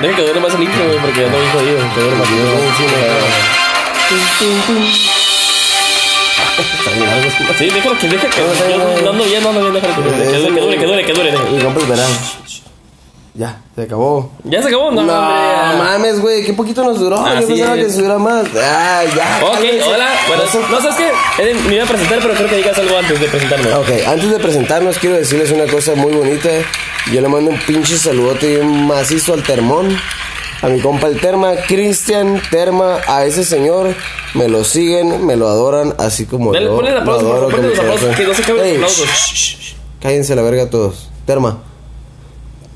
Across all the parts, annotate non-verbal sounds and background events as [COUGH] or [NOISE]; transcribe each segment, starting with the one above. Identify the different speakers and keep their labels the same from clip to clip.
Speaker 1: Debe que duele más el intro, güey, porque ya no dijo oído. Te duele más el Sí, déjalo que deja que.
Speaker 2: No, no, no, no.
Speaker 1: No ando bien, no ando bien, déjalo que que dure, que dure, que dure, que dure. déjalo.
Speaker 2: Y compra el verano. Ya, se acabó.
Speaker 1: Ya se acabó, no,
Speaker 2: No,
Speaker 1: hombre, ya.
Speaker 2: mames, güey, qué poquito nos duró.
Speaker 1: Así
Speaker 2: Yo pensaba
Speaker 1: es.
Speaker 2: que se durara más. Ah, ya.
Speaker 1: Ok,
Speaker 2: cálmense.
Speaker 1: hola. Bueno,
Speaker 2: No son-
Speaker 1: no sabes qué. Eden, me iba a presentar, pero creo que digas algo antes de presentarme.
Speaker 2: Ok, antes de presentarnos quiero decirles una cosa muy bonita. Yo le mando un pinche saludote bien macizo al Termón, a mi compa el Terma, Cristian Terma, a ese señor. Me lo siguen, me lo adoran, así como
Speaker 1: Dale,
Speaker 2: yo.
Speaker 1: ponle el
Speaker 2: lo
Speaker 1: aplauso, por
Speaker 2: adoro
Speaker 1: favor, ponle los
Speaker 2: con mi
Speaker 1: aplausos,
Speaker 2: corazón.
Speaker 1: que no se acaben los
Speaker 2: Ey,
Speaker 1: aplausos.
Speaker 2: shh, shh, shh. Cállense la verga todos. Terma,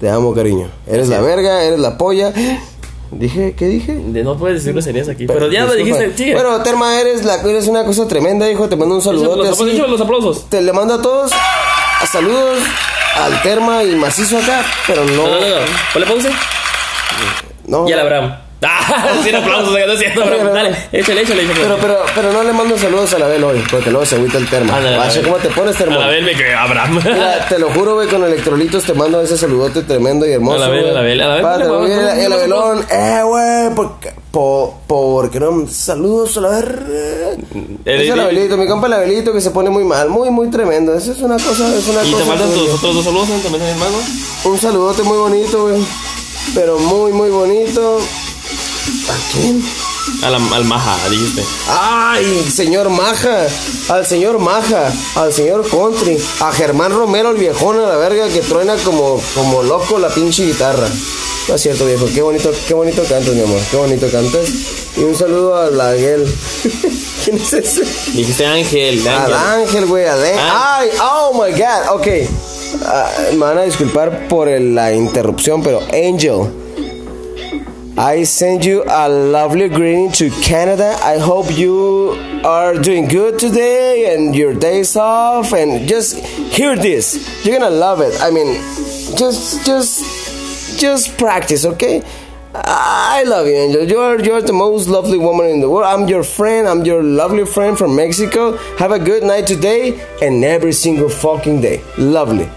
Speaker 2: te amo, cariño. Eres la verga, eres la polla. Dije, ¿qué dije?
Speaker 1: De- No puedes decir groserías aquí. Pero ya lo
Speaker 2: Disculpa.
Speaker 1: dijiste, sigue.
Speaker 2: Bueno, Terma, eres, la, eres una cosa tremenda, hijo. Te mando un saludote.
Speaker 1: Los
Speaker 2: así.
Speaker 1: aplausos, los aplausos.
Speaker 2: Te le mando a todos a saludos al Terma y Macizo acá, pero no.
Speaker 1: No, no, no. Ponle pausa.
Speaker 2: no.
Speaker 1: Y al Abraham. [LAUGHS] Ah, sin aplausos, no es cierto, Abraham. Dale, échale, échale, échale.
Speaker 2: Pero, pero, pero no le mando saludos a la Bel hoy, porque luego se agüita el Terma.
Speaker 1: Ándale,
Speaker 2: Guacha,
Speaker 1: Abel.
Speaker 2: ¿cómo te pones,
Speaker 1: a
Speaker 2: Terma?
Speaker 1: la vez me que Abraham.
Speaker 2: Mira, te lo juro, güey, con electrolitos te mando ese saludote tremendo y hermoso.
Speaker 1: A la Abel,
Speaker 2: güey.
Speaker 1: a la Abel, a la Abel,
Speaker 2: Párate,
Speaker 1: ponle,
Speaker 2: güey,
Speaker 1: ponle,
Speaker 2: el- el
Speaker 1: ponle,
Speaker 2: Abelón. Eh, güey, porque, po, porque no. Saludos a la verga.
Speaker 1: El-
Speaker 2: Es el Abelito, mi compa el Abelito que se pone muy mal, muy, muy tremendo. Eso es una cosa, es
Speaker 1: [LAUGHS]
Speaker 2: una
Speaker 1: Y
Speaker 2: cosa.
Speaker 1: te faltan
Speaker 2: muy-
Speaker 1: tus otros dos saludos, ¿no? también, hermano.
Speaker 2: Un saludote muy bonito, güey. Pero muy, muy bonito. ¿A quién?
Speaker 1: A la, al Maja, dijiste.
Speaker 2: ¡Ay, señor Maja! Al señor Maja, al señor Country, a Germán Romero, el viejón a la verga que truena como, como loco la pinche guitarra. No es cierto, viejo. Qué bonito, qué bonito cantas, mi amor. Qué bonito cantas. Y un saludo a Laguel. [LAUGHS] ¿Quién es ese?
Speaker 1: Dijiste Ángel,
Speaker 2: Al
Speaker 1: Ángel.
Speaker 2: Ángel, güey, al Ángel.
Speaker 1: Ah.
Speaker 2: ¡Ay! ¡Oh, my God! Ok. Ah, me van a disculpar por el- la interrupción, pero Angel. I send you a lovely greeting to Canada. I hope you are doing good today and your days off. And just hear this. You're gonna love it. I mean, just, just, just practice, okay? I love you, Angel. You are you are the most lovely woman in the world. I'm your friend. I'm your lovely friend from Mexico. Have a good night today and every single fucking day. Lovely.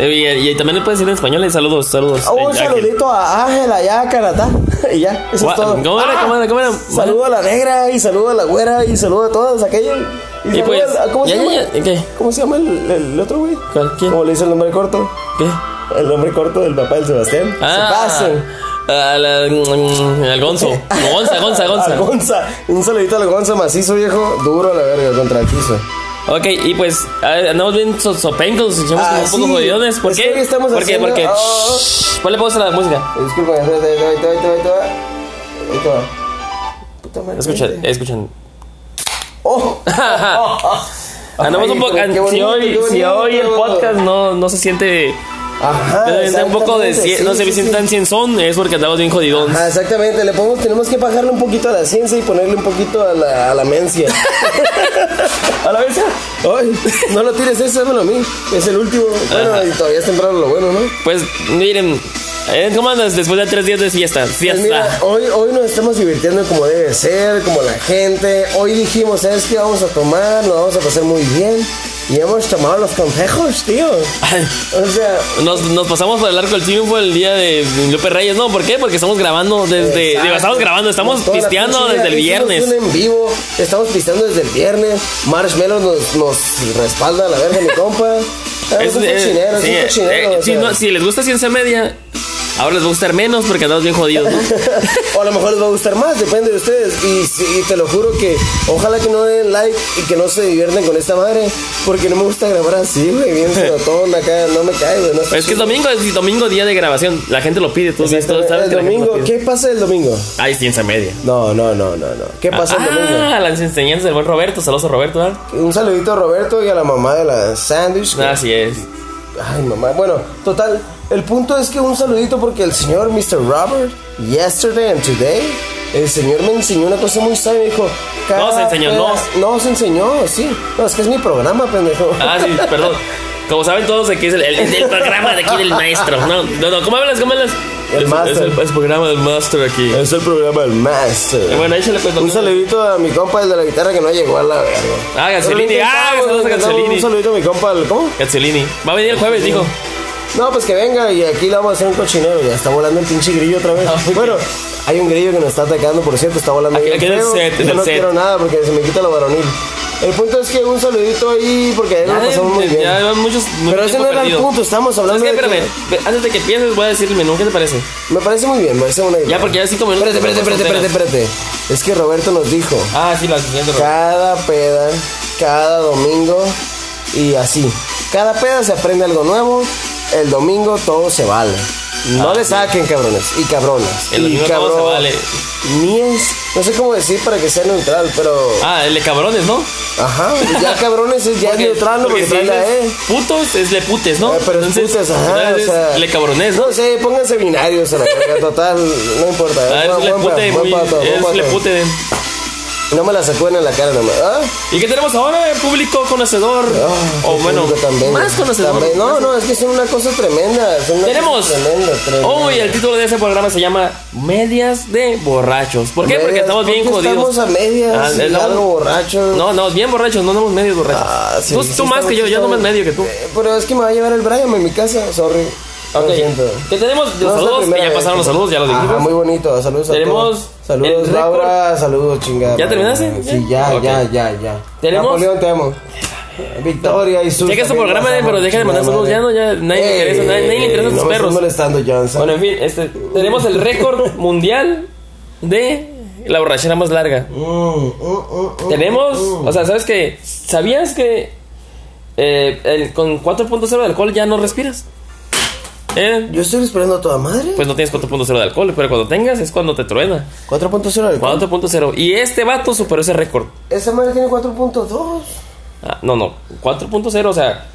Speaker 1: Eh, Y, y también le puedes decir en español, eh, saludos, saludos.
Speaker 2: Oh, un
Speaker 1: Eh, Ángel.
Speaker 2: saludito a Ángela ya a Canadá. [LAUGHS] y ya, eso
Speaker 1: Gua-
Speaker 2: es todo.
Speaker 1: ¿Cómo era?
Speaker 2: Ah,
Speaker 1: ¿Cómo era? ¿Cómo era?
Speaker 2: Saludo a la negra y saludo a la güera y saludo a todos aquellos. Y
Speaker 1: Y
Speaker 2: saludo
Speaker 1: pues,
Speaker 2: al- ¿cómo,
Speaker 1: ya,
Speaker 2: se
Speaker 1: ya,
Speaker 2: llama?
Speaker 1: ya, ¿y ¿qué?
Speaker 2: ¿Cómo se llama el, el otro güey?
Speaker 1: ¿Cuál? ¿Quién?
Speaker 2: ¿Cómo le dice el nombre corto?
Speaker 1: ¿Qué? Ah,
Speaker 2: El nombre corto del papá del Sebastián. Sebastián.
Speaker 1: Al, mm, al
Speaker 2: [LAUGHS]
Speaker 1: Gonzo. Gonza, Gonza,
Speaker 2: Al
Speaker 1: Gonza.
Speaker 2: Gonza. Un saludito al Gonza macizo, viejo. Duro a la verga contra el piso.
Speaker 1: Ok, y pues ah, andamos bien so- sopencos, echamos
Speaker 2: Ah,
Speaker 1: como un poco
Speaker 2: sí.
Speaker 1: jodidones. ¿Por
Speaker 2: Es
Speaker 1: qué?
Speaker 2: que estamos
Speaker 1: ¿Por qué?
Speaker 2: haciendo-
Speaker 1: Porque.
Speaker 2: Oh.
Speaker 1: Shh, Ponle pausa a la música.
Speaker 2: Eh, Disculpa, espérate, ahí te va, ahí te va, ahí te va, ahí te va. Ahí te va. Puta madre.
Speaker 1: Escuchen, escuchen. [LAUGHS]
Speaker 2: Oh.
Speaker 1: Andamos
Speaker 2: Ay,
Speaker 1: un poco.
Speaker 2: qué bonito,
Speaker 1: Si hoy,
Speaker 2: qué
Speaker 1: si hoy el
Speaker 2: bonito.
Speaker 1: podcast no, no se siente.
Speaker 2: Ajá.
Speaker 1: está un poco de.
Speaker 2: exactamente,
Speaker 1: cien- no
Speaker 2: sí,
Speaker 1: se
Speaker 2: sí,
Speaker 1: siente
Speaker 2: sí.
Speaker 1: tan cienzón, es porque andamos bien jodidón.
Speaker 2: Ah, exactamente, le podemos, tenemos que bajarle un poquito a la ciencia y ponerle un poquito a la, a la mencia.
Speaker 1: [LAUGHS] A la vez.
Speaker 2: Ay, no lo tires eso, dámelo a mí. Es el último. Bueno, y todavía es temprano lo bueno, ¿no?
Speaker 1: Pues miren, eh, ¿cómo andas después de tres días de fiesta?
Speaker 2: Pues
Speaker 1: Fiesta.
Speaker 2: mira, hoy, hoy nos estamos divirtiendo como debe ser, como la gente. Hoy dijimos, ¿sabes qué vamos a tomar? Nos vamos a pasar muy bien. Y hemos tomado los consejos, tío. O sea,
Speaker 1: [LAUGHS] Nos, nos pasamos por el arco del triunfo el día de López Reyes, ¿no? ¿Por qué? Porque estamos grabando desde...
Speaker 2: Exacto.
Speaker 1: digo, estamos grabando, estamos
Speaker 2: Toda la
Speaker 1: pisteando
Speaker 2: pinche vida.
Speaker 1: desde el
Speaker 2: Hicimos
Speaker 1: viernes.
Speaker 2: un en vivo, estamos pisteando desde el viernes. Marshmallow nos, nos respalda a la verga, mi
Speaker 1: [LAUGHS]
Speaker 2: compa. Ah, Es, un
Speaker 1: eh,
Speaker 2: cochinero,
Speaker 1: sí,
Speaker 2: es un
Speaker 1: eh,
Speaker 2: cochinero.
Speaker 1: eh,
Speaker 2: o
Speaker 1: si,
Speaker 2: sea.
Speaker 1: no- si les gusta ciencia media, ahora les va a gustar menos porque andamos bien jodidos, ¿no?
Speaker 2: [LAUGHS] [LAUGHS] o a lo mejor les va a gustar más, depende de ustedes. Y, sí, te lo juro que ojalá que no den like y que no se diviertan con esta madre. Porque no me gusta grabar así,
Speaker 1: [LAUGHS]
Speaker 2: güey. Bien pelotón acá, no me cae, güey. No sé
Speaker 1: Pues es que es
Speaker 2: chido.
Speaker 1: domingo, es domingo día de grabación. La gente lo pide, tú, sabes- tú sabes
Speaker 2: El
Speaker 1: que la gente lo
Speaker 2: domingo,
Speaker 1: pide.
Speaker 2: ¿qué pasa el domingo?
Speaker 1: Ay, ciencia media.
Speaker 2: No, no, no, no, no. ¿Qué pasa el domingo?
Speaker 1: Ah, las enseñanzas del buen Roberto. Saludos a Roberto, ¿verdad?
Speaker 2: Un saludito a Roberto y a la mamá de la sandwich. que-
Speaker 1: Así es.
Speaker 2: Ay, mamá. Bueno, total. El punto es que un saludito porque el señor Mr. Robert, yesterday and today, el señor me enseñó una cosa muy sabia. Dijo:
Speaker 1: Nos
Speaker 2: cada
Speaker 1: enseñó,
Speaker 2: peda-
Speaker 1: nos.
Speaker 2: Nos enseñó, sí. No, es que es mi programa, pendejo.
Speaker 1: Ah, sí, perdón. Como saben todos, aquí es el, el- el programa de aquí del maestro. No, no, no, ¿cómo hablas? ¿Cómo hablas?
Speaker 2: El
Speaker 1: es,
Speaker 2: master.
Speaker 1: es el, es el programa del master aquí.
Speaker 2: Es el programa del master.
Speaker 1: Y bueno, échale pues.
Speaker 2: Un
Speaker 1: doctor.
Speaker 2: saludito a mi compa, el de la guitarra, que no llegó a la verga.
Speaker 1: Ah, Gasolini.
Speaker 2: Pero lo
Speaker 1: Ah, saludos
Speaker 2: intentamos,
Speaker 1: a
Speaker 2: lo intentamos.
Speaker 1: Gasolini.
Speaker 2: Un saludito a mi compa, el- ¿cómo?
Speaker 1: Gazzellini. Va a venir el jueves, dijo.
Speaker 2: No, pues que venga y aquí le vamos a hacer un cochinero. Ya está volando el pinche grillo otra vez. Bueno, hay un grillo que nos está atacando, por cierto, está volando
Speaker 1: Aquí-
Speaker 2: bien
Speaker 1: aquí en el
Speaker 2: feo.
Speaker 1: set, en
Speaker 2: Yo
Speaker 1: el
Speaker 2: no
Speaker 1: set.
Speaker 2: quiero nada porque se me quita lo varonil. El punto es que un saludito ahí porque ahí lo pasamos pues, muy bien.
Speaker 1: Ya van muchos.
Speaker 2: Pero ese no era el punto, estamos hablando
Speaker 1: Es que,
Speaker 2: de que-
Speaker 1: espérame, ve- antes de que pienses, voy a decir el menú. ¿Qué te parece?
Speaker 2: Me parece muy bien, me parece una idea.
Speaker 1: Ya, porque ya así como.
Speaker 2: Espérate, espérate, espérate, espérate, espérate. Es que Roberto nos dijo,
Speaker 1: Ah, sí, la siguiente ronda.
Speaker 2: cada peda, cada domingo y así. Cada peda se aprende algo nuevo, el domingo todo se vale. No
Speaker 1: Ah,
Speaker 2: le
Speaker 1: sí.
Speaker 2: saquen cabrones y cabronas.
Speaker 1: El
Speaker 2: y
Speaker 1: domingo todo se vale.
Speaker 2: Ni es, no sé cómo decir para que sea neutral, pero
Speaker 1: Ah, el de cabrones, ¿no?
Speaker 2: ajá,
Speaker 1: [LAUGHS]
Speaker 2: ya cabrones es ya es neutral no porque trae
Speaker 1: Ah. si
Speaker 2: la E.
Speaker 1: dices Putos es le putes, ¿no?
Speaker 2: Eh, pero es putas, ajá,
Speaker 1: entonces
Speaker 2: o sea-
Speaker 1: es le cabrones, ¿no?
Speaker 2: E. No sé, pónganse binarios a la verga, total, no importa.
Speaker 1: Ah, es
Speaker 2: Buen-
Speaker 1: le
Speaker 2: buen pa-
Speaker 1: pute,
Speaker 2: buen
Speaker 1: muy-
Speaker 2: pato, buen
Speaker 1: es
Speaker 2: pato.
Speaker 1: le pute.
Speaker 2: No me la sacuden en la cara nomás. ¿Ah?
Speaker 1: ¿Y qué tenemos ahora? El público conocedor.
Speaker 2: Ah,
Speaker 1: o bueno,
Speaker 2: público tan bello.
Speaker 1: más conocedor.
Speaker 2: Tan bello. No, no, es que es una cosa tremenda. es una
Speaker 1: Tenemos.
Speaker 2: cosa Tremenda, tremenda.
Speaker 1: Hoy el título de ese programa se llama Medias de borrachos. ¿Por qué? Porque
Speaker 2: Medias,
Speaker 1: estamos bien
Speaker 2: ¿por qué
Speaker 1: jodidos.
Speaker 2: Estamos a medias,
Speaker 1: Ah,
Speaker 2: y
Speaker 1: no.
Speaker 2: algo borracho.
Speaker 1: No, no, bien borrachos, no andamos medios borrachos.
Speaker 2: Ah, sí,
Speaker 1: tú
Speaker 2: sí
Speaker 1: tú más
Speaker 2: estamos-
Speaker 1: que yo, yo no más medio que tú.
Speaker 2: Eh, Pero es que me va a llevar el Brian en mi casa, sorry. Lo
Speaker 1: Ok,
Speaker 2: siento.
Speaker 1: ¿Qué tenemos? Los
Speaker 2: No es la
Speaker 1: saludos, que
Speaker 2: primera
Speaker 1: ya
Speaker 2: vez
Speaker 1: pasaron los
Speaker 2: que-
Speaker 1: saludos, ya los
Speaker 2: Ajá,
Speaker 1: dijimos.
Speaker 2: muy bonito, saludos a
Speaker 1: Tenemos
Speaker 2: todos. Saludos,
Speaker 1: el
Speaker 2: Laura, saludos, chingada.
Speaker 1: ¿Ya terminaste?
Speaker 2: Sí, ya,
Speaker 1: Ok.
Speaker 2: ya, ya, ya.
Speaker 1: Tenemos-
Speaker 2: Napoleón, te amo. Victoria y Sus.
Speaker 1: Llega su
Speaker 2: también,
Speaker 1: programa,
Speaker 2: las
Speaker 1: eh,
Speaker 2: amo,
Speaker 1: pero deja de mandar
Speaker 2: chingada
Speaker 1: saludos, ya no,
Speaker 2: madre.
Speaker 1: ya nadie le
Speaker 2: Ey,
Speaker 1: interesa, nadie- nadie le interesa a sus
Speaker 2: no me estés
Speaker 1: perros.
Speaker 2: molestando, Johnson.
Speaker 1: Bueno, en fin, este, tenemos el récord mundial de la borrachera más larga.
Speaker 2: Mm,
Speaker 1: Tenemos, o sea, ¿sabes qué? ¿Sabías que eh, el- con 4.0 de alcohol ya no respiras? Eh,
Speaker 2: Yo estoy esperando a toda madre.
Speaker 1: Pues no tienes 4.0 de alcohol, pero cuando tengas es cuando te truena.
Speaker 2: 4.0 al
Speaker 1: 4.0. Y este vato superó ese récord.
Speaker 2: Esa madre tiene 4.2.
Speaker 1: Ah, no, no. 4.0, o sea,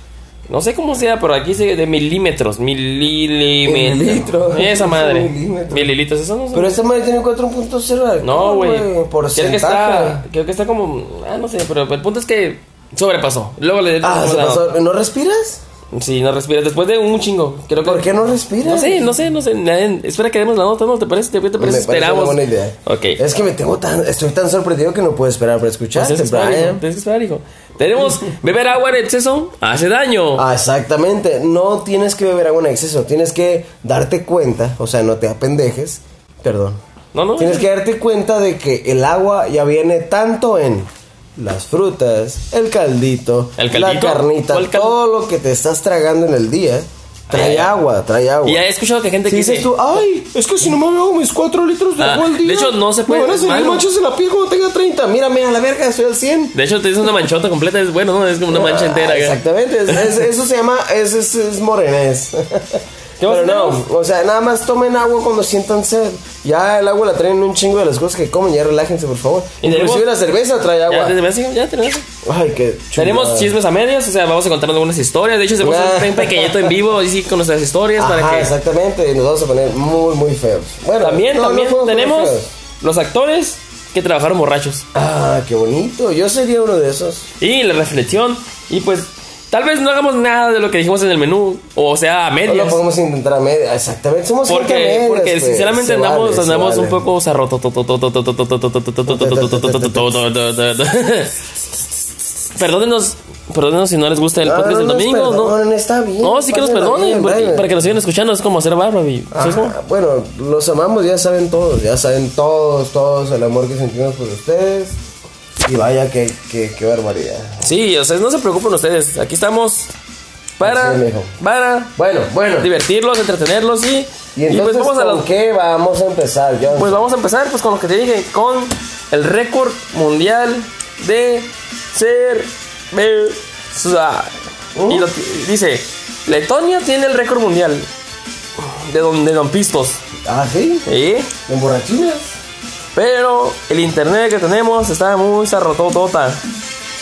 Speaker 1: no sé cómo sea, pero aquí se de milímetros. Milímetros.
Speaker 2: Mililitros.
Speaker 1: Esa madre.
Speaker 2: Milímetros.
Speaker 1: Mililitros, eso no sé.
Speaker 2: Pero esa madre tiene 4.0 al
Speaker 1: no, güey.
Speaker 2: Por
Speaker 1: Creo que está, creo que está como. Ah, no sé, pero el punto es que sobrepasó. Luego le.
Speaker 2: Ah, se
Speaker 1: no,
Speaker 2: pasó. ¿No respiras?
Speaker 1: Sí, no respiras. Después de un chingo. Creo que.
Speaker 2: ¿Por qué no respiras?
Speaker 1: Pues, No sé, no sé, no sé. Nadie- Espera que demos la nota, ¿no? ¿Te parece? ¿Te, te
Speaker 2: Me
Speaker 1: parece?
Speaker 2: parece
Speaker 1: Esperamos.
Speaker 2: una buena idea.
Speaker 1: Ok.
Speaker 2: Es que me tengo tan. Estoy tan sorprendido que no puedo esperar para
Speaker 1: Pues
Speaker 2: escucharte,
Speaker 1: tienes que esperar, hijo,
Speaker 2: Brian.
Speaker 1: tienes que esperar, hijo.
Speaker 2: [LAUGHS]
Speaker 1: Tenemos beber agua en exceso hace daño.
Speaker 2: Ah, exactamente. No tienes que beber agua en exceso. Tienes que darte cuenta. O sea, no te apendejes. Perdón.
Speaker 1: no, no.
Speaker 2: Tienes que darte cuenta de que el agua ya viene tanto en las frutas, el caldito,
Speaker 1: ¿El
Speaker 2: la
Speaker 1: caldito?
Speaker 2: carnita,
Speaker 1: ¿Cuál cal-
Speaker 2: todo lo que te estás tragando en el día. Trae
Speaker 1: Ay, ay, ay.
Speaker 2: agua, trae agua.
Speaker 1: Y ya he escuchado que gente
Speaker 2: Si
Speaker 1: que
Speaker 2: dices
Speaker 1: dice.
Speaker 2: tú, ay, es que si no me bebo mis 4 litros de
Speaker 1: Ah,
Speaker 2: agua al
Speaker 1: de
Speaker 2: día.
Speaker 1: hecho, no se puede,
Speaker 2: Me van a
Speaker 1: es
Speaker 2: salir
Speaker 1: malo.
Speaker 2: manchas en la piel cuando tenga 30. Mírame a la verga, estoy al 100.
Speaker 1: De hecho, te dice una manchota completa, es bueno, ¿no? Es como una mancha entera.
Speaker 2: Ah,
Speaker 1: acá.
Speaker 2: Exactamente,
Speaker 1: [LAUGHS]
Speaker 2: es- es- eso se llama, es, es, es morenés. Pero
Speaker 1: más
Speaker 2: no, o sea, nada más tomen agua cuando sientan sed. Ya el agua la traen en un chingo de las cosas que comen, ya relájense, por favor.
Speaker 1: Y tenemos-
Speaker 2: Inclusive la cerveza trae
Speaker 1: Ya
Speaker 2: agua.
Speaker 1: tenemos, ya tenemos.
Speaker 2: Ay, qué chulada.
Speaker 1: Tenemos chismes a medias, o sea, vamos a contar algunas historias. De hecho, se
Speaker 2: Ah.
Speaker 1: puso un pequeñito en vivo, y sí, con nuestras historias
Speaker 2: Ajá,
Speaker 1: para que.
Speaker 2: exactamente, y nos vamos a poner muy, muy feos. Bueno,
Speaker 1: También,
Speaker 2: no, no
Speaker 1: también
Speaker 2: fueron
Speaker 1: tenemos
Speaker 2: feos.
Speaker 1: los actores que trabajaron borrachos.
Speaker 2: Ah, qué bonito, yo sería uno de esos.
Speaker 1: Y la reflexión. Y pues, tal vez no hagamos nada de lo que dijimos en el menú, o sea, a
Speaker 2: No lo
Speaker 1: medias.
Speaker 2: podemos intentar a media, exactamente, somos gente a
Speaker 1: Porque,
Speaker 2: medias,
Speaker 1: porque
Speaker 2: pues.
Speaker 1: sinceramente
Speaker 2: Se
Speaker 1: andamos,
Speaker 2: vale, se
Speaker 1: andamos un
Speaker 2: vale.
Speaker 1: poco zarroto. Perdónenos, perdónenos si no les gusta el
Speaker 2: Ah,
Speaker 1: podcast del
Speaker 2: nos
Speaker 1: domingo, ¿no?
Speaker 2: perdonen, está bien.
Speaker 1: No, sí que nos
Speaker 2: pásenla
Speaker 1: perdonen,
Speaker 2: bien,
Speaker 1: porque-
Speaker 2: vayan.
Speaker 1: para que nos sigan escuchando, es como hacer barba, vi.
Speaker 2: Ah,
Speaker 1: ¿Sabes cómo?
Speaker 2: bueno, los amamos, ya saben todos, ya saben todos, todos el amor que sentimos por ustedes. Y vaya que, que, que barbaridad.
Speaker 1: Sí, o sea, no se preocupen ustedes, aquí estamos para,
Speaker 2: Así es, mijo.
Speaker 1: para
Speaker 2: Bueno, bueno.
Speaker 1: divertirlos, entretenerlos y,
Speaker 2: Y
Speaker 1: y
Speaker 2: entonces,
Speaker 1: pues vamos a
Speaker 2: ¿con
Speaker 1: los-
Speaker 2: qué vamos a empezar, John?
Speaker 1: Pues vamos a empezar pues con lo que te dije, con el récord mundial de cerveza.
Speaker 2: Uh.
Speaker 1: Y lo ti- dice, Letonia tiene el récord mundial de don, de don Pistos.
Speaker 2: Ah, ¿sí?
Speaker 1: ¿sí?
Speaker 2: ¿En borrachinas?
Speaker 1: Pero el internet que tenemos está muy zarrototota.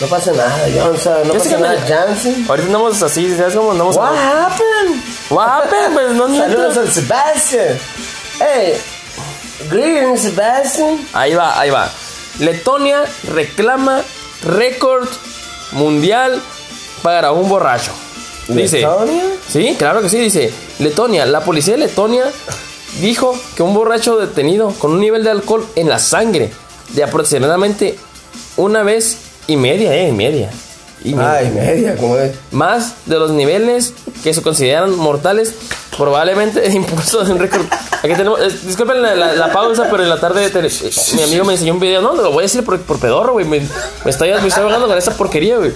Speaker 2: No pasa nada, John, o sea, no
Speaker 1: Yo sé
Speaker 2: pasa
Speaker 1: que
Speaker 2: nada,
Speaker 1: me-
Speaker 2: Jansen.
Speaker 1: Ahorita andamos así, ¿sabes cómo andamos?
Speaker 2: What happened?
Speaker 1: What happened? Pues no, Eh, no,
Speaker 2: Saludos
Speaker 1: no.
Speaker 2: al Sebastian. Hey, greetings, Sebastian.
Speaker 1: Ahí va, ahí va. Letonia reclama récord mundial para un borracho. Dice.
Speaker 2: ¿Letonia?
Speaker 1: Sí, claro que sí, dice. Letonia, la policía de Letonia dijo que un borracho detenido con un nivel de alcohol en la sangre de aproximadamente una vez y media, eh, y media. Y media.
Speaker 2: Ay, media, como es.
Speaker 1: Más de los niveles que se consideran mortales, probablemente [LAUGHS] el impulso de un récord. Aquí tenemos, es- disculpen la, la- la pausa, pero en la tarde te- eh, mi amigo me enseñó un video, no, no lo voy a decir por, por pedorro, güey, me, me estoy, me estoy ahogando con esa porquería, güey.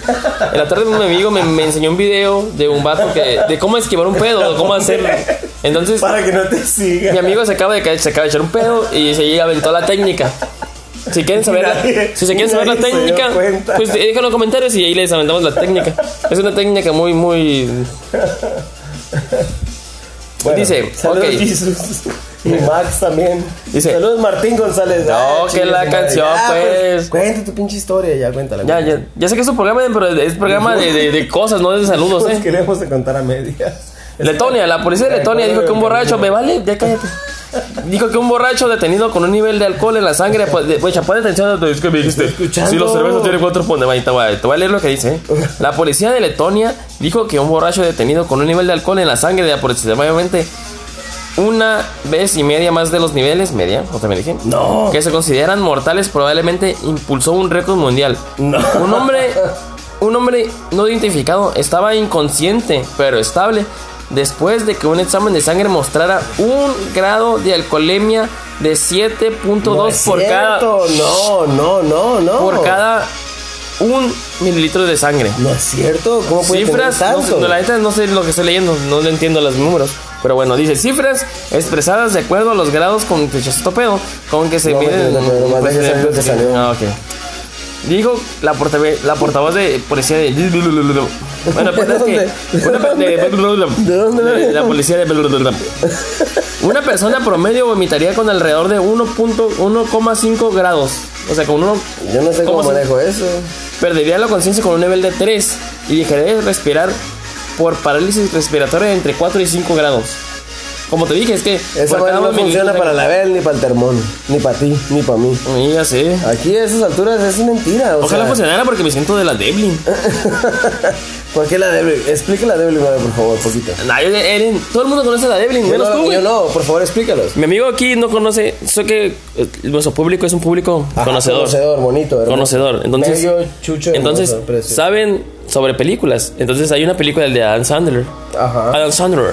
Speaker 1: En la tarde mi amigo me, me enseñó un video de un vato que, de cómo esquivar un pedo, de cómo hacerlo. Entonces,
Speaker 2: Para que no te
Speaker 1: mi
Speaker 2: siga.
Speaker 1: amigo se acaba de caer, se acaba de echar un pedo y se aventó la técnica. Si quieren saber, la-
Speaker 2: Nadie-
Speaker 1: si se quieren saber la
Speaker 2: nadie se dio
Speaker 1: técnica,
Speaker 2: cuenta.
Speaker 1: pues déjenlo en los comentarios y ahí les aventamos la técnica. Es una técnica muy, muy.
Speaker 2: Bueno,
Speaker 1: dice,
Speaker 2: saludos
Speaker 1: ok.
Speaker 2: Jesus. Y Max también.
Speaker 1: Dice-
Speaker 2: saludos Martín González.
Speaker 1: No,
Speaker 2: Ay,
Speaker 1: que
Speaker 2: chingue
Speaker 1: la
Speaker 2: su madre.
Speaker 1: canción,
Speaker 2: Ya,
Speaker 1: pues.
Speaker 2: Cuenta tu pinche historia, ya cuéntala.
Speaker 1: Ya,
Speaker 2: cuéntala.
Speaker 1: ya, ya sé que es un programa, pero es programa de, de- de cosas, no es de
Speaker 2: [LAUGHS]
Speaker 1: saludos,
Speaker 2: Nos
Speaker 1: ¿eh?
Speaker 2: queremos de contar a medias.
Speaker 1: Letonia, la policía de Letonia dijo que un borracho, me vale, ya cállate. Dijo que un borracho detenido con un nivel de alcohol en la sangre, pues, de- güey, ya pon atención a lo que me dijiste.
Speaker 2: escuchando.
Speaker 1: Si los cervezas tienen cuatro puntos, ahí te voy a- te voy a leer lo que dice. ¿eh? La policía de Letonia dijo que un borracho detenido con un nivel de alcohol en la sangre de aproximadamente una vez y media más de los niveles, media, o también dije,
Speaker 2: No.
Speaker 1: que se consideran mortales probablemente impulsó un récord mundial.
Speaker 2: No.
Speaker 1: Un hombre, un hombre no identificado estaba inconsciente, pero estable, después de que un examen de sangre mostrara un grado de alcoholemia de 7.2
Speaker 2: No es
Speaker 1: por cada
Speaker 2: cierto, No, no, no, no.
Speaker 1: por cada un mililitro de sangre.
Speaker 2: No es cierto. ¿Cómo puede
Speaker 1: Cifras,
Speaker 2: tener
Speaker 1: no,
Speaker 2: tanto?
Speaker 1: no, la neta no sé lo que estoy leyendo, no le entiendo los números. Pero bueno, dice cifras expresadas de acuerdo a los grados con pues, que se estopeo, con que se
Speaker 2: No,
Speaker 1: miden. pues,
Speaker 2: no, no, no, nomás deja salir lo que salió.
Speaker 1: Ah, ok. Dijo la, portave- la portavoz de policía de. Bueno, pues es que.
Speaker 2: [LAUGHS] ¿De
Speaker 1: una pe-
Speaker 2: dónde?
Speaker 1: de-
Speaker 2: ¿De dónde?
Speaker 1: de- de La policía de.
Speaker 2: [LAUGHS]
Speaker 1: Una persona promedio vomitaría con alrededor de 1.1,5 grados. O sea, con 1.
Speaker 2: Yo no sé cómo,
Speaker 1: ¿Cómo se-
Speaker 2: manejo eso.
Speaker 1: Perdería la conciencia con un nivel de 3 y dejaría de respirar por parálisis respiratoria de entre 4 y 5 grados. Como te dije, es que.
Speaker 2: Esa
Speaker 1: por
Speaker 2: madre
Speaker 1: cada
Speaker 2: no
Speaker 1: dos
Speaker 2: funciona
Speaker 1: mililitros-
Speaker 2: para la Bel ni para el termón, ni para ti, ni para mí.
Speaker 1: Sí, ya sé.
Speaker 2: Aquí a esas alturas es mentira. O
Speaker 1: Ojalá
Speaker 2: sea,
Speaker 1: funcionara porque me siento de la Deblin.
Speaker 2: [LAUGHS] Ah. ¿Por qué la Devil? Explica la Devil, madre, por favor, poquito.
Speaker 1: Nadie, Eren, todo el mundo conoce a la Deblin,
Speaker 2: Yo
Speaker 1: menos tú,
Speaker 2: no,
Speaker 1: güey.
Speaker 2: yo no, por favor, explícalos.
Speaker 1: Mi amigo aquí no conoce. Sé que eh, nuestro público es un público
Speaker 2: Ajá,
Speaker 1: conocedor.
Speaker 2: Conocedor, bonito, hermoso.
Speaker 1: Conocedor. Entonces,
Speaker 2: Bello, chucho,
Speaker 1: entonces
Speaker 2: hermoso, precioso.
Speaker 1: saben sobre películas. Entonces, hay una película de Adam Sandler.
Speaker 2: Ajá.
Speaker 1: Adam Sandler,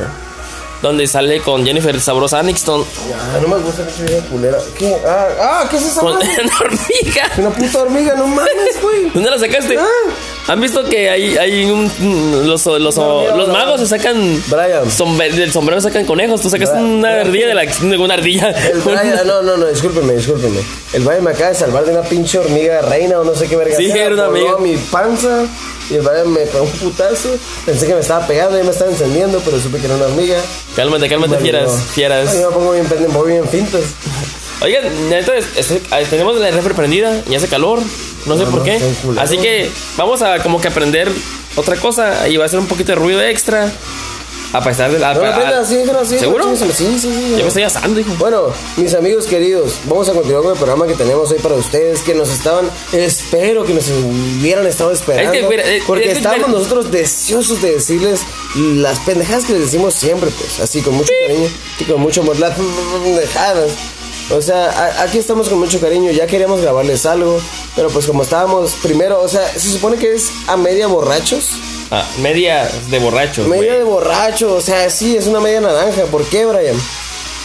Speaker 1: donde sale con Jennifer Sabrosa Aniston
Speaker 2: Ah, no me gusta que video culera. ¿Qué? Ah, ah, ¿qué es esa
Speaker 1: con
Speaker 2: madre?
Speaker 1: [LAUGHS] una hormiga.
Speaker 2: Una puta hormiga, no mames, güey.
Speaker 1: ¿Dónde la sacaste?
Speaker 2: Ah.
Speaker 1: ¿Han visto que hay, hay un, mm, los, los,
Speaker 2: hormiga
Speaker 1: los
Speaker 2: brava.
Speaker 1: magos se sacan
Speaker 2: Brian.
Speaker 1: sombre- del sombrero sacan conejos? Tú sacas
Speaker 2: Brian.
Speaker 1: una ardilla de la de una ardilla. [LAUGHS]
Speaker 2: El Brian,
Speaker 1: Una-
Speaker 2: no, no, no, discúlpeme, discúlpeme. El Brian me acaba de salvar de una pinche hormiga reina o no sé qué verga.
Speaker 1: Sí, era una amiga.
Speaker 2: Voló a mi panza y el Brian me pegó un putazo. Pensé que me estaba pegando y me estaba encendiendo, pero supe que era una hormiga.
Speaker 1: Cálmate, cálmate,
Speaker 2: Me olvidó.
Speaker 1: fieras,
Speaker 2: Ay,
Speaker 1: fieras.
Speaker 2: yo me pongo bien, prende- me pongo bien fintas.
Speaker 1: Oigan, neta, es- es- ahí tenemos la refri prendida y hace calor, no sé
Speaker 2: No,
Speaker 1: por
Speaker 2: no,
Speaker 1: qué.
Speaker 2: son culeros.
Speaker 1: Así que vamos a como que aprender otra cosa y va a ser un poquito de ruido extra. A pesar de la.
Speaker 2: No,
Speaker 1: a-
Speaker 2: no, prenda, sí, no, sí.
Speaker 1: Ah, ¿Seguro?
Speaker 2: Sí, sí, sí.
Speaker 1: Yo me estoy asando, hijo.
Speaker 2: Bueno, mis amigos queridos, vamos a continuar con el programa que tenemos hoy para ustedes, que nos estaban, espero que nos hubieran estado esperando,
Speaker 1: Es que, mira, eh,
Speaker 2: porque
Speaker 1: es que,
Speaker 2: estábamos
Speaker 1: mira.
Speaker 2: nosotros deseosos de decirles las pendejadas que les decimos siempre, pues, así con mucho cariño y con mucho amor, las pendejadas. O sea, a- aquí estamos con mucho cariño, ya queríamos grabarles algo, pero pues como estábamos primero, o sea, se supone que es a media borrachos,
Speaker 1: Ah, media de borracho. güey.
Speaker 2: media de borracho, o sea, sí, es una media naranja, ¿por qué, Brian?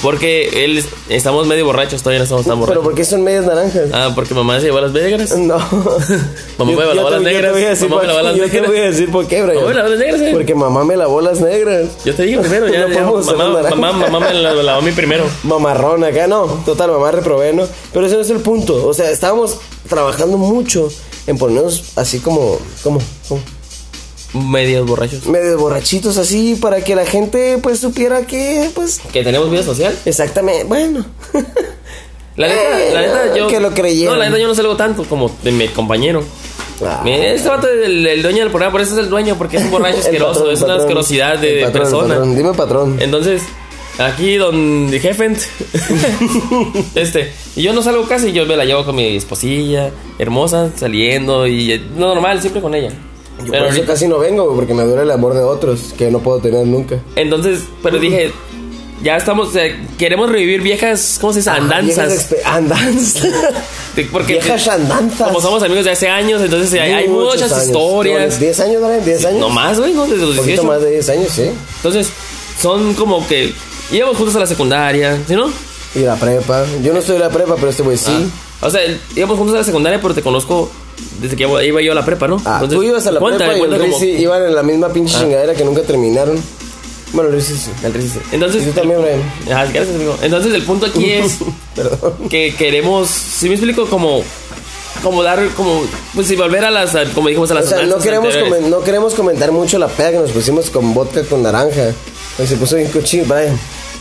Speaker 1: Porque él es- estamos medio borrachos, todavía no estamos tan
Speaker 2: Pero
Speaker 1: borrachos.
Speaker 2: ¿por qué son medias naranjas?
Speaker 1: Ah, porque mamá se llevó las negras.
Speaker 2: No.
Speaker 1: [LAUGHS] Mamá me
Speaker 2: Yo- yo
Speaker 1: lavó las
Speaker 2: te- yo te
Speaker 1: negras.
Speaker 2: voy a decir
Speaker 1: Mamá me
Speaker 2: por-
Speaker 1: lavó las
Speaker 2: yo te
Speaker 1: negras.
Speaker 2: voy a decir por qué, Brian.
Speaker 1: Mamá me lavó las negras, eh.
Speaker 2: Porque mamá me lavó las negras.
Speaker 1: Yo te dije primero, ya.
Speaker 2: [LAUGHS] No
Speaker 1: ya,
Speaker 2: podemos hacer
Speaker 1: mamá,
Speaker 2: naranja.
Speaker 1: mamá, mamá me la la lavó a mí primero.
Speaker 2: Mamarrón acá, no. Total, mamá reprobé, ¿no? Pero ese no es el punto. O sea, estábamos trabajando mucho en ponernos así como... como, como
Speaker 1: Medios borrachos.
Speaker 2: medio borrachitos así para que la gente pues supiera que pues...
Speaker 1: Que tenemos vida social.
Speaker 2: Exactamente, bueno. [LAUGHS]
Speaker 1: La neta, la neta, yo.
Speaker 2: Que lo creyeron.
Speaker 1: No, la neta, yo no salgo tanto como de mi compañero.
Speaker 2: Ah.
Speaker 1: Mira, Este vato es el, el dueño del programa, por eso es el dueño, porque es un borracho
Speaker 2: [LAUGHS] El
Speaker 1: asqueroso,
Speaker 2: patrón,
Speaker 1: es
Speaker 2: el
Speaker 1: una
Speaker 2: patrón.
Speaker 1: asquerosidad de,
Speaker 2: El
Speaker 1: de
Speaker 2: patrón, el
Speaker 1: persona.
Speaker 2: patrón. Dime patrón.
Speaker 1: Entonces, aquí don jefe,
Speaker 2: [LAUGHS]
Speaker 1: este, y yo no salgo casi, yo me la llevo con mi esposilla, hermosa, saliendo y eh, no normal, siempre con ella.
Speaker 2: Yo
Speaker 1: Pero
Speaker 2: por eso
Speaker 1: ahorita-
Speaker 2: casi no vengo, güey, porque me duele el amor de otros que no puedo tener nunca.
Speaker 1: entonces, pero dije, Ya estamos, eh, queremos revivir viejas, ¿cómo se dice? Andanzas.
Speaker 2: Andanzas.
Speaker 1: De- [LAUGHS] Porque pues,
Speaker 2: Viejas andanzas.
Speaker 1: como somos amigos de hace años, entonces eh, hay, hay
Speaker 2: Muchos
Speaker 1: muchas
Speaker 2: años.
Speaker 1: historias.
Speaker 2: ¿10 años, Brian? ¿10 años?
Speaker 1: No más, güey, ¿no? Desde los
Speaker 2: Un poquito
Speaker 1: 18.
Speaker 2: más de 10 años, sí.
Speaker 1: Entonces, son como que íbamos juntos a la secundaria, ¿sí no?
Speaker 2: Y la prepa. Yo no estoy en la prepa, pero este güey sí.
Speaker 1: O sea, íbamos juntos a la secundaria, pero te conozco desde que iba yo a la prepa, ¿no?
Speaker 2: Ah,
Speaker 1: Entonces,
Speaker 2: tú ibas a la
Speaker 1: cuenta,
Speaker 2: prepa y el
Speaker 1: cuenta como- Ah.
Speaker 2: Rizzi iban en la misma pinche chingadera que nunca terminaron. Bueno, Rizzi sí.
Speaker 1: El Rizzi.
Speaker 2: Y
Speaker 1: Entonces,
Speaker 2: tú también, Brian.
Speaker 1: Ah, gracias, amigo. Entonces el punto aquí es
Speaker 2: [LAUGHS] Perdón.
Speaker 1: que queremos, si me explico, como, como dar, como, pues si volver a las, a- como dijimos, a las
Speaker 2: O sea, no
Speaker 1: andanzas
Speaker 2: queremos,
Speaker 1: anteriores.
Speaker 2: comen- no queremos comentar mucho la peda que nos pusimos con vodka con naranja. Pues se puso bien cochino, Brian.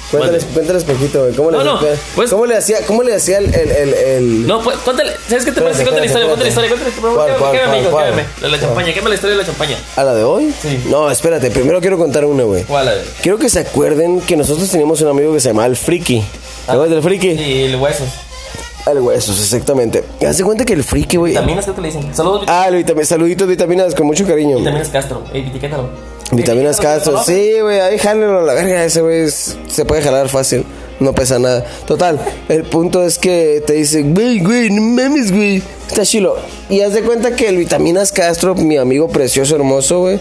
Speaker 2: Cuéntales,
Speaker 1: Bueno.
Speaker 2: cuéntales poquito, güey. ¿Cómo,
Speaker 1: No,
Speaker 2: le
Speaker 1: no,
Speaker 2: hacía-
Speaker 1: pues-
Speaker 2: ¿Cómo le hacía, cómo le hacía el, el, el, el-
Speaker 1: No, pues, cuéntale, ¿sabes qué te parece? Cuéntale la
Speaker 2: Espérate,
Speaker 1: historia, cuéntale la historia, cuéntale
Speaker 2: espérate.
Speaker 1: la historia.
Speaker 2: ¿Cuál, cuál,
Speaker 1: Quédame,
Speaker 2: cuál,
Speaker 1: hijo,
Speaker 2: cuál?
Speaker 1: quédame. La, de la champaña, quédame la historia de la champaña.
Speaker 2: a la de hoy?
Speaker 1: Sí.
Speaker 2: No, espérate, primero quiero contar una, güey.
Speaker 1: ¿Cuál? eh?
Speaker 2: Quiero que se acuerden que nosotros teníamos un amigo que se llamaba el Friki.
Speaker 1: Ah,
Speaker 2: ¿Te acuerdas del Friki? Ah,
Speaker 1: Y el hueso.
Speaker 2: El huesos, exactamente. Haz de cuenta que el Friki, güey.
Speaker 1: Vitaminas, creo que le dicen. Saludos, vit-
Speaker 2: Ah, el vitami- saluditos, vitaminas, con mucho cariño.
Speaker 1: vitaminas Castro. Ey, etiquétalo.
Speaker 2: Vitaminas
Speaker 1: Etiquétalo,
Speaker 2: Castro,
Speaker 1: ¿no?
Speaker 2: sí, güey, ahí jálenlo a la verga, ese güey es- se puede jalar fácil, no pesa nada. Total, el punto es que te dice, güey, güey, no mames, güey, está chilo. Y haz de cuenta que el Vitaminas Castro, mi amigo precioso, hermoso, güey,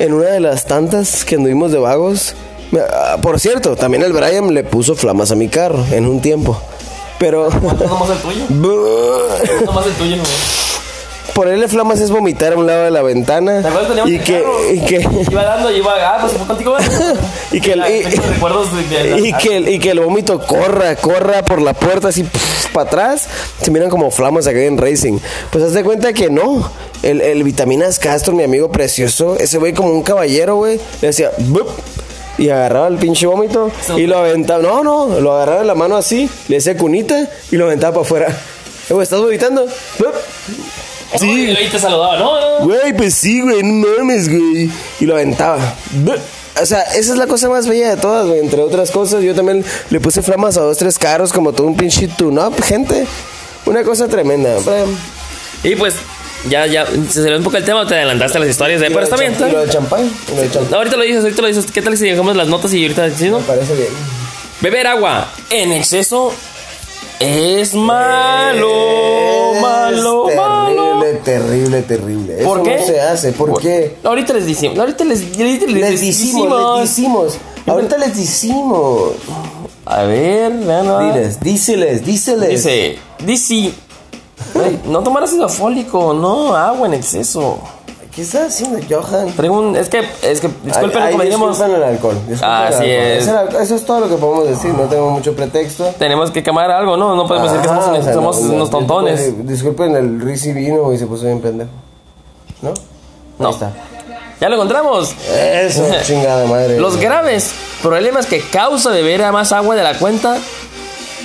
Speaker 2: en una de las tantas que anduvimos de vagos, me- ah, por cierto, también el Brian le puso flamas a mi carro en un tiempo, pero... [LAUGHS]
Speaker 1: ¿No es nomás el tuyo? ¿No es nomás el tuyo, güey?
Speaker 2: Ponerle flamas es vomitar a un lado de la ventana
Speaker 1: ¿Te acuerdas que
Speaker 2: y
Speaker 1: teníamos
Speaker 2: que,
Speaker 1: carro?
Speaker 2: y que
Speaker 1: Iba dando, y iba, ah, pues se fue contigo, güey.
Speaker 2: [LAUGHS] Y que el-
Speaker 1: Ah,
Speaker 2: y-
Speaker 1: tengo recuerdos de- de-
Speaker 2: [LAUGHS] y que, el- y que el vómito corra, corra por la puerta así para atrás. Se miran como flamas acá en Racing. Pues haz de cuenta que no. El, el Vitaminas Castro, mi amigo precioso, ese güey como un caballero, güey, le decía, "Bup", y agarraba el pinche vómito y lo aventaba. No, no, lo agarraba de la mano así, le decía cunita y lo aventaba para afuera. [LAUGHS] Eh, güey, ¿estás vomitando? "Bup".
Speaker 1: Sí. Ah, Y ahí te saludaba, no, no, no.
Speaker 2: Güey, pues sí, güey, no mames, güey. Y lo aventaba. Buh. O sea, esa es la cosa más bella de todas, güey. Entre otras cosas, yo también le puse flamas a dos, tres carros, como todo un pinche tune-up, gente. Una cosa tremenda. Brian.
Speaker 1: Y pues, ya, ya, se ve un poco el tema, te adelantaste a las historias, de,
Speaker 2: Y
Speaker 1: pero
Speaker 2: lo
Speaker 1: está
Speaker 2: de
Speaker 1: bien,
Speaker 2: champ-
Speaker 1: está
Speaker 2: y lo
Speaker 1: bien.
Speaker 2: de champán. y lo de champán.
Speaker 1: No, ahorita lo dices, ahorita lo dices. ¿Qué tal si dejamos las notas y ahorita sí, no?
Speaker 2: Me parece bien.
Speaker 1: Beber agua en exceso es malo, Oh, malo,
Speaker 2: Es
Speaker 1: malo.
Speaker 2: Terrible, terrible, terrible. Eso
Speaker 1: ¿Por qué?
Speaker 2: No se hace. ¿Por, qué?
Speaker 1: Ahorita les decimos, ahorita les, les, les
Speaker 2: Les decimos, les decimos. Ahorita les decimos.
Speaker 1: A ver, ah. nada más.
Speaker 2: Diles, díseles, díseles. [LAUGHS]
Speaker 1: Dice, dice, "Ay, no tomar ácido fólico, no, agua en exceso.
Speaker 2: ¿Qué está haciendo Johan?
Speaker 1: Traigo un, es que, es que, disculpen,
Speaker 2: Ahí-
Speaker 1: como
Speaker 2: ahí
Speaker 1: dijimos,
Speaker 2: disculpen el alcohol. disculpen
Speaker 1: Ah,
Speaker 2: el
Speaker 1: así
Speaker 2: alcohol.
Speaker 1: es.
Speaker 2: el alcohol- eso es todo lo que podemos decir. No tengo mucho pretexto.
Speaker 1: tenemos que quemar algo, ¿no? No podemos decir que somos,
Speaker 2: Ajá, Ah, o sea,
Speaker 1: somos
Speaker 2: no, no,
Speaker 1: unos tontones.
Speaker 2: Disculpen, disculpen el Rizzi vino y se puso bien pendejo. ¿No?
Speaker 1: No.
Speaker 2: Ahí está.
Speaker 1: Ya lo encontramos. [LAUGHS]
Speaker 2: Eso, chingada madre.
Speaker 1: Los graves problemas que causa beber a más agua de la cuenta.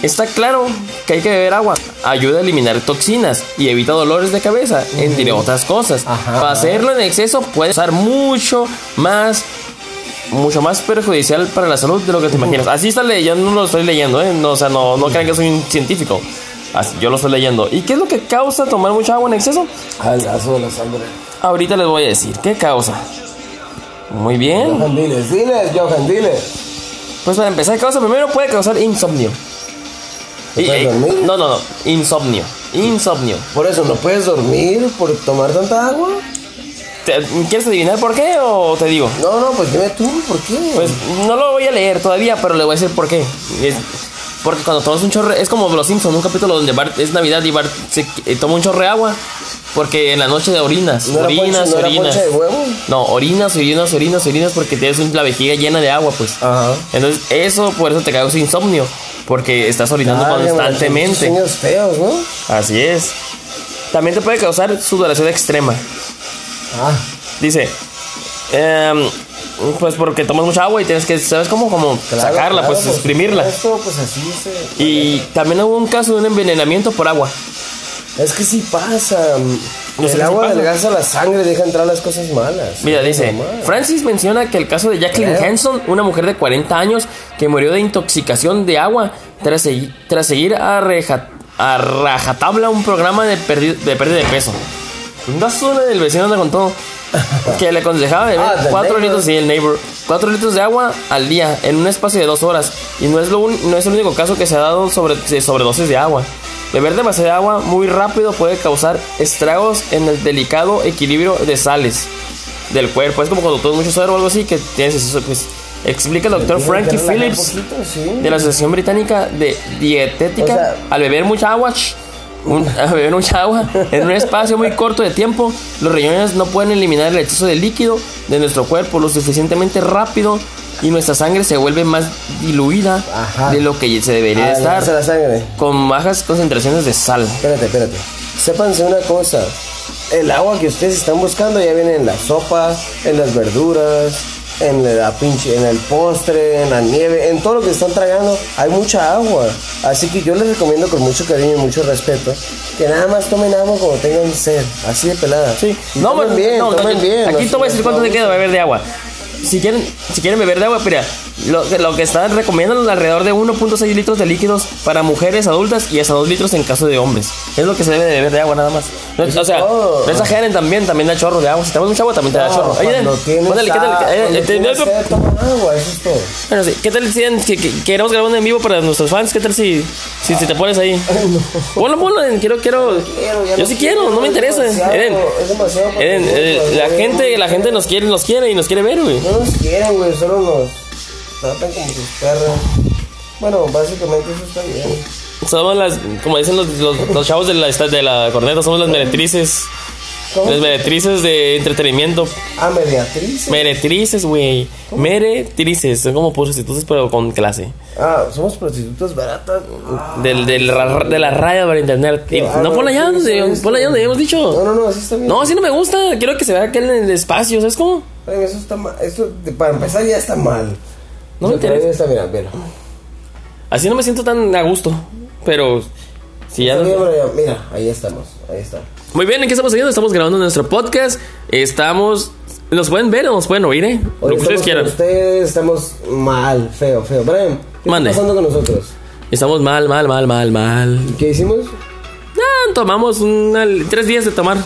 Speaker 1: Está claro que hay que beber agua. Ayuda a eliminar toxinas y evita dolores de cabeza, entre otras cosas.
Speaker 2: Ajá.
Speaker 1: Para hacerlo en exceso puede ser mucho más mucho más perjudicial para la salud de lo que te imaginas. Así está leyendo, no lo estoy leyendo, ¿eh? No, o sea, no, no crean que soy un científico. Así, yo lo estoy leyendo. ¿Y qué es lo que causa tomar mucha agua en exceso?
Speaker 2: Al lazo de la sangre.
Speaker 1: Ahorita les voy a decir. ¿Qué causa? Muy bien.
Speaker 2: Johan, diles, diles, Johan, diles.
Speaker 1: Pues para empezar, causa primero puede causar insomnio.
Speaker 2: ¿Te puedes
Speaker 1: Y- y-
Speaker 2: dormir?
Speaker 1: no, no, no. Insomnio. Insomnio.
Speaker 2: Por eso, ¿no puedes dormir por tomar tanta agua?
Speaker 1: ¿Te- ¿Quieres adivinar por qué o te digo?
Speaker 2: No, no, pues dime tú, ¿por qué?
Speaker 1: Pues no lo voy a leer todavía, pero le voy a decir por qué. Es- porque cuando tomas un chorro, es como Los Simpsons, un capítulo donde Bart es Navidad y Bart se eh, toma un chorro de agua. Porque en la noche de orinas,
Speaker 2: ¿No era
Speaker 1: orinas,
Speaker 2: ponche- no era
Speaker 1: orinas.
Speaker 2: ponche de huevo?
Speaker 1: No, orinas, orinas, orinas, orinas, porque tienes un- la vejiga llena de agua, pues.
Speaker 2: Ajá.
Speaker 1: Entonces, eso por eso te causa insomnio, porque estás orinando
Speaker 2: Válgame,
Speaker 1: constantemente.
Speaker 2: Sueños feos, ¿no?
Speaker 1: Así es. También te puede causar sudoración extrema.
Speaker 2: Ah.
Speaker 1: Dice, em, pues porque tomas mucha agua y tienes que, ¿sabes cómo? Como
Speaker 2: Claro,
Speaker 1: sacarla,
Speaker 2: claro,
Speaker 1: pues
Speaker 2: por
Speaker 1: exprimirla.
Speaker 2: supuesto, pues así se...
Speaker 1: Y también hubo un caso de un envenenamiento por agua.
Speaker 2: Es que sí pasa.
Speaker 1: No sé
Speaker 2: el
Speaker 1: qué
Speaker 2: agua
Speaker 1: pasa.
Speaker 2: adelgaza la sangre, deja entrar las cosas malas.
Speaker 1: Mira, dice,
Speaker 2: Normal.
Speaker 1: Francis menciona que el caso de Jacqueline
Speaker 2: Claro.
Speaker 1: Hanson, una mujer de 40 años que murió de intoxicación de agua tras, segui- tras seguir a, reja- a rajatabla un programa de, perdi- de pérdida de peso. Un gasto del vecino le contó que le aconsejaba beber
Speaker 2: Ah, del
Speaker 1: 4
Speaker 2: neighbor.
Speaker 1: litros, sí, el neighbor, 4 litros de agua al día en un espacio de 2 horas. Y no es, lo un- no es el único caso que se ha dado sobre, de sobredosis de agua. Beber demasiada agua muy rápido puede causar estragos en el delicado equilibrio de sales del cuerpo. Es como cuando tomas mucho suero o algo así que tienes eso, pues. Explica el doctor
Speaker 2: Tiene que
Speaker 1: Frankie
Speaker 2: relajar
Speaker 1: Phillips
Speaker 2: poquito, sí.
Speaker 1: de la Asociación Británica de Dietética.
Speaker 2: O sea-
Speaker 1: al beber mucha agua, sh- un- [LAUGHS] al beber mucha agua, en un espacio muy corto de tiempo, los riñones no pueden eliminar el exceso de líquido de nuestro cuerpo lo suficientemente rápido y nuestra sangre se vuelve más diluida
Speaker 2: Ajá.
Speaker 1: de lo que se debería de
Speaker 2: Ah, le hace
Speaker 1: estar,
Speaker 2: la sangre.
Speaker 1: con bajas concentraciones de sal.
Speaker 2: Espérate, espérate. Sépanse una cosa. El agua que ustedes están buscando ya viene en la sopa, en las verduras, en la pinche, en el postre, en la nieve, en todo lo que están tragando. Hay mucha agua. Así que yo les recomiendo con mucho cariño y mucho respeto que nada más tomen agua cuando tengan sed. Así de pelada. Y
Speaker 1: No,
Speaker 2: tomen
Speaker 1: no,
Speaker 2: bien,
Speaker 1: no, no,
Speaker 2: tomen
Speaker 1: yo-
Speaker 2: bien.
Speaker 1: Aquí
Speaker 2: No
Speaker 1: te voy a
Speaker 2: se-
Speaker 1: decir cuánto
Speaker 2: no
Speaker 1: te queda beber de agua. Si quieren, si quieren beber de agua, mira, lo, que- lo que están recomendando alrededor de 1.6 litros de líquidos para mujeres adultas y hasta 2 litros en caso de hombres. Es lo que se debe de beber de agua nada más. No, o sea,
Speaker 2: todo.
Speaker 1: no exageren también, también da chorro de agua. Si tomas mucha agua también te da
Speaker 2: No,
Speaker 1: chorro. Ayuden,
Speaker 2: cuando tienes
Speaker 1: póngale, ¿qué tal?
Speaker 2: sed,
Speaker 1: Eh,
Speaker 2: cuando
Speaker 1: eh,
Speaker 2: tienes
Speaker 1: eh,
Speaker 2: sed, toma agua, eso es todo.
Speaker 1: bueno, sí, ¿Qué tal si en- que, que- queremos grabar un en vivo para nuestros fans? ¿Qué tal si, si, si te pones
Speaker 2: [LAUGHS]
Speaker 1: ahí? Ponlo, ponlo, Eden, quiero, quiero.
Speaker 2: quiero, ya
Speaker 1: yo
Speaker 2: no
Speaker 1: sí quiero,
Speaker 2: quiero,
Speaker 1: no me
Speaker 2: es
Speaker 1: interesa.
Speaker 2: demasiado,
Speaker 1: Eden,
Speaker 2: es demasiado para
Speaker 1: Eden,
Speaker 2: nosotros,
Speaker 1: eh, la
Speaker 2: güey.
Speaker 1: gente, la gente nos quiere, nos quiere y nos quiere ver, güey.
Speaker 2: No nos quieren, güey, solo nos tratan como sus perros. Bueno, básicamente eso está bien.
Speaker 1: Somos las, como dicen los, los- los chavos de la, esta- de la corneta, somos las meretrices.
Speaker 2: ¿Cómo?
Speaker 1: Las meretrices de entretenimiento.
Speaker 2: Ah, mediatriz.
Speaker 1: Meretrices, güey. Meretrices, son como prostitutas, pero con clase.
Speaker 2: Ah, somos prostitutas baratas. Ah,
Speaker 1: Del, del ra- de la radio para internet. Y no, ponla allá donde, ponla allá donde habíamos dicho.
Speaker 2: No, no, no, así está bien.
Speaker 1: No, así no me gusta. Quiero que se vea aquel en el espacio, ¿sabes cómo?
Speaker 2: Oigan, Eso está mal. Eso, de- para empezar, ya está mal.
Speaker 1: No me
Speaker 2: Lo que ahí
Speaker 1: interesa.
Speaker 2: Está, mira, mira.
Speaker 1: Así no me siento tan a gusto. Pero, si ya.
Speaker 2: Está bien,
Speaker 1: no-
Speaker 2: mira, mira, ahí estamos. Ahí está.
Speaker 1: Muy bien, ¿en qué estamos haciendo? Estamos grabando nuestro podcast. Estamos. ¿Nos pueden ver o nos pueden oír, eh? Lo
Speaker 2: Oye,
Speaker 1: que ustedes
Speaker 2: estamos
Speaker 1: quieran.
Speaker 2: con Ustedes estamos mal, feo, feo. Brian, ¿qué
Speaker 1: Mande.
Speaker 2: está pasando con nosotros?
Speaker 1: Estamos mal, mal, mal, mal, mal.
Speaker 2: ¿Qué hicimos?
Speaker 1: [LAUGHS] Ah, tomamos una- tres días de tomar.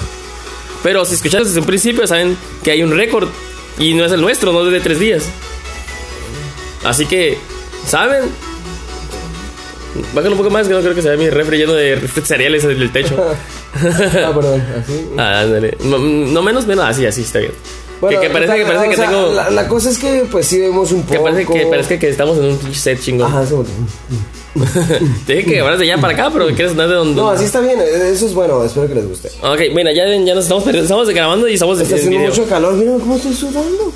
Speaker 1: Pero si escucharon desde un principio, saben que hay un récord. Y no es el nuestro, no es de tres días. Así que, ¿saben? Bájalo un poco más, que no creo que se vea mi refri lleno de [LAUGHS] cereales en el
Speaker 2: [LAUGHS]
Speaker 1: techo.
Speaker 2: Ah, perdón, así.
Speaker 1: Ah, ándale. No, no menos, menos. Así, así, está bien.
Speaker 2: Bueno,
Speaker 1: que, que parece
Speaker 2: o sea,
Speaker 1: que, parece
Speaker 2: o
Speaker 1: que
Speaker 2: sea,
Speaker 1: tengo.
Speaker 2: La, la cosa es que, pues sí, vemos un poco.
Speaker 1: que parece que, parece que estamos en un pinche set chingón. [LAUGHS]
Speaker 2: Ajá, sí, bueno.
Speaker 1: Te dije que hablas de allá para acá, pero quieres andar de donde.
Speaker 2: No, así está bien, eso es bueno, espero que les guste.
Speaker 1: Ok, mira, ya, ven, ya nos estamos perdiendo. Estamos grabando y estamos
Speaker 2: Está
Speaker 1: en
Speaker 2: haciendo
Speaker 1: video.
Speaker 2: mucho calor, miren cómo estoy sudando.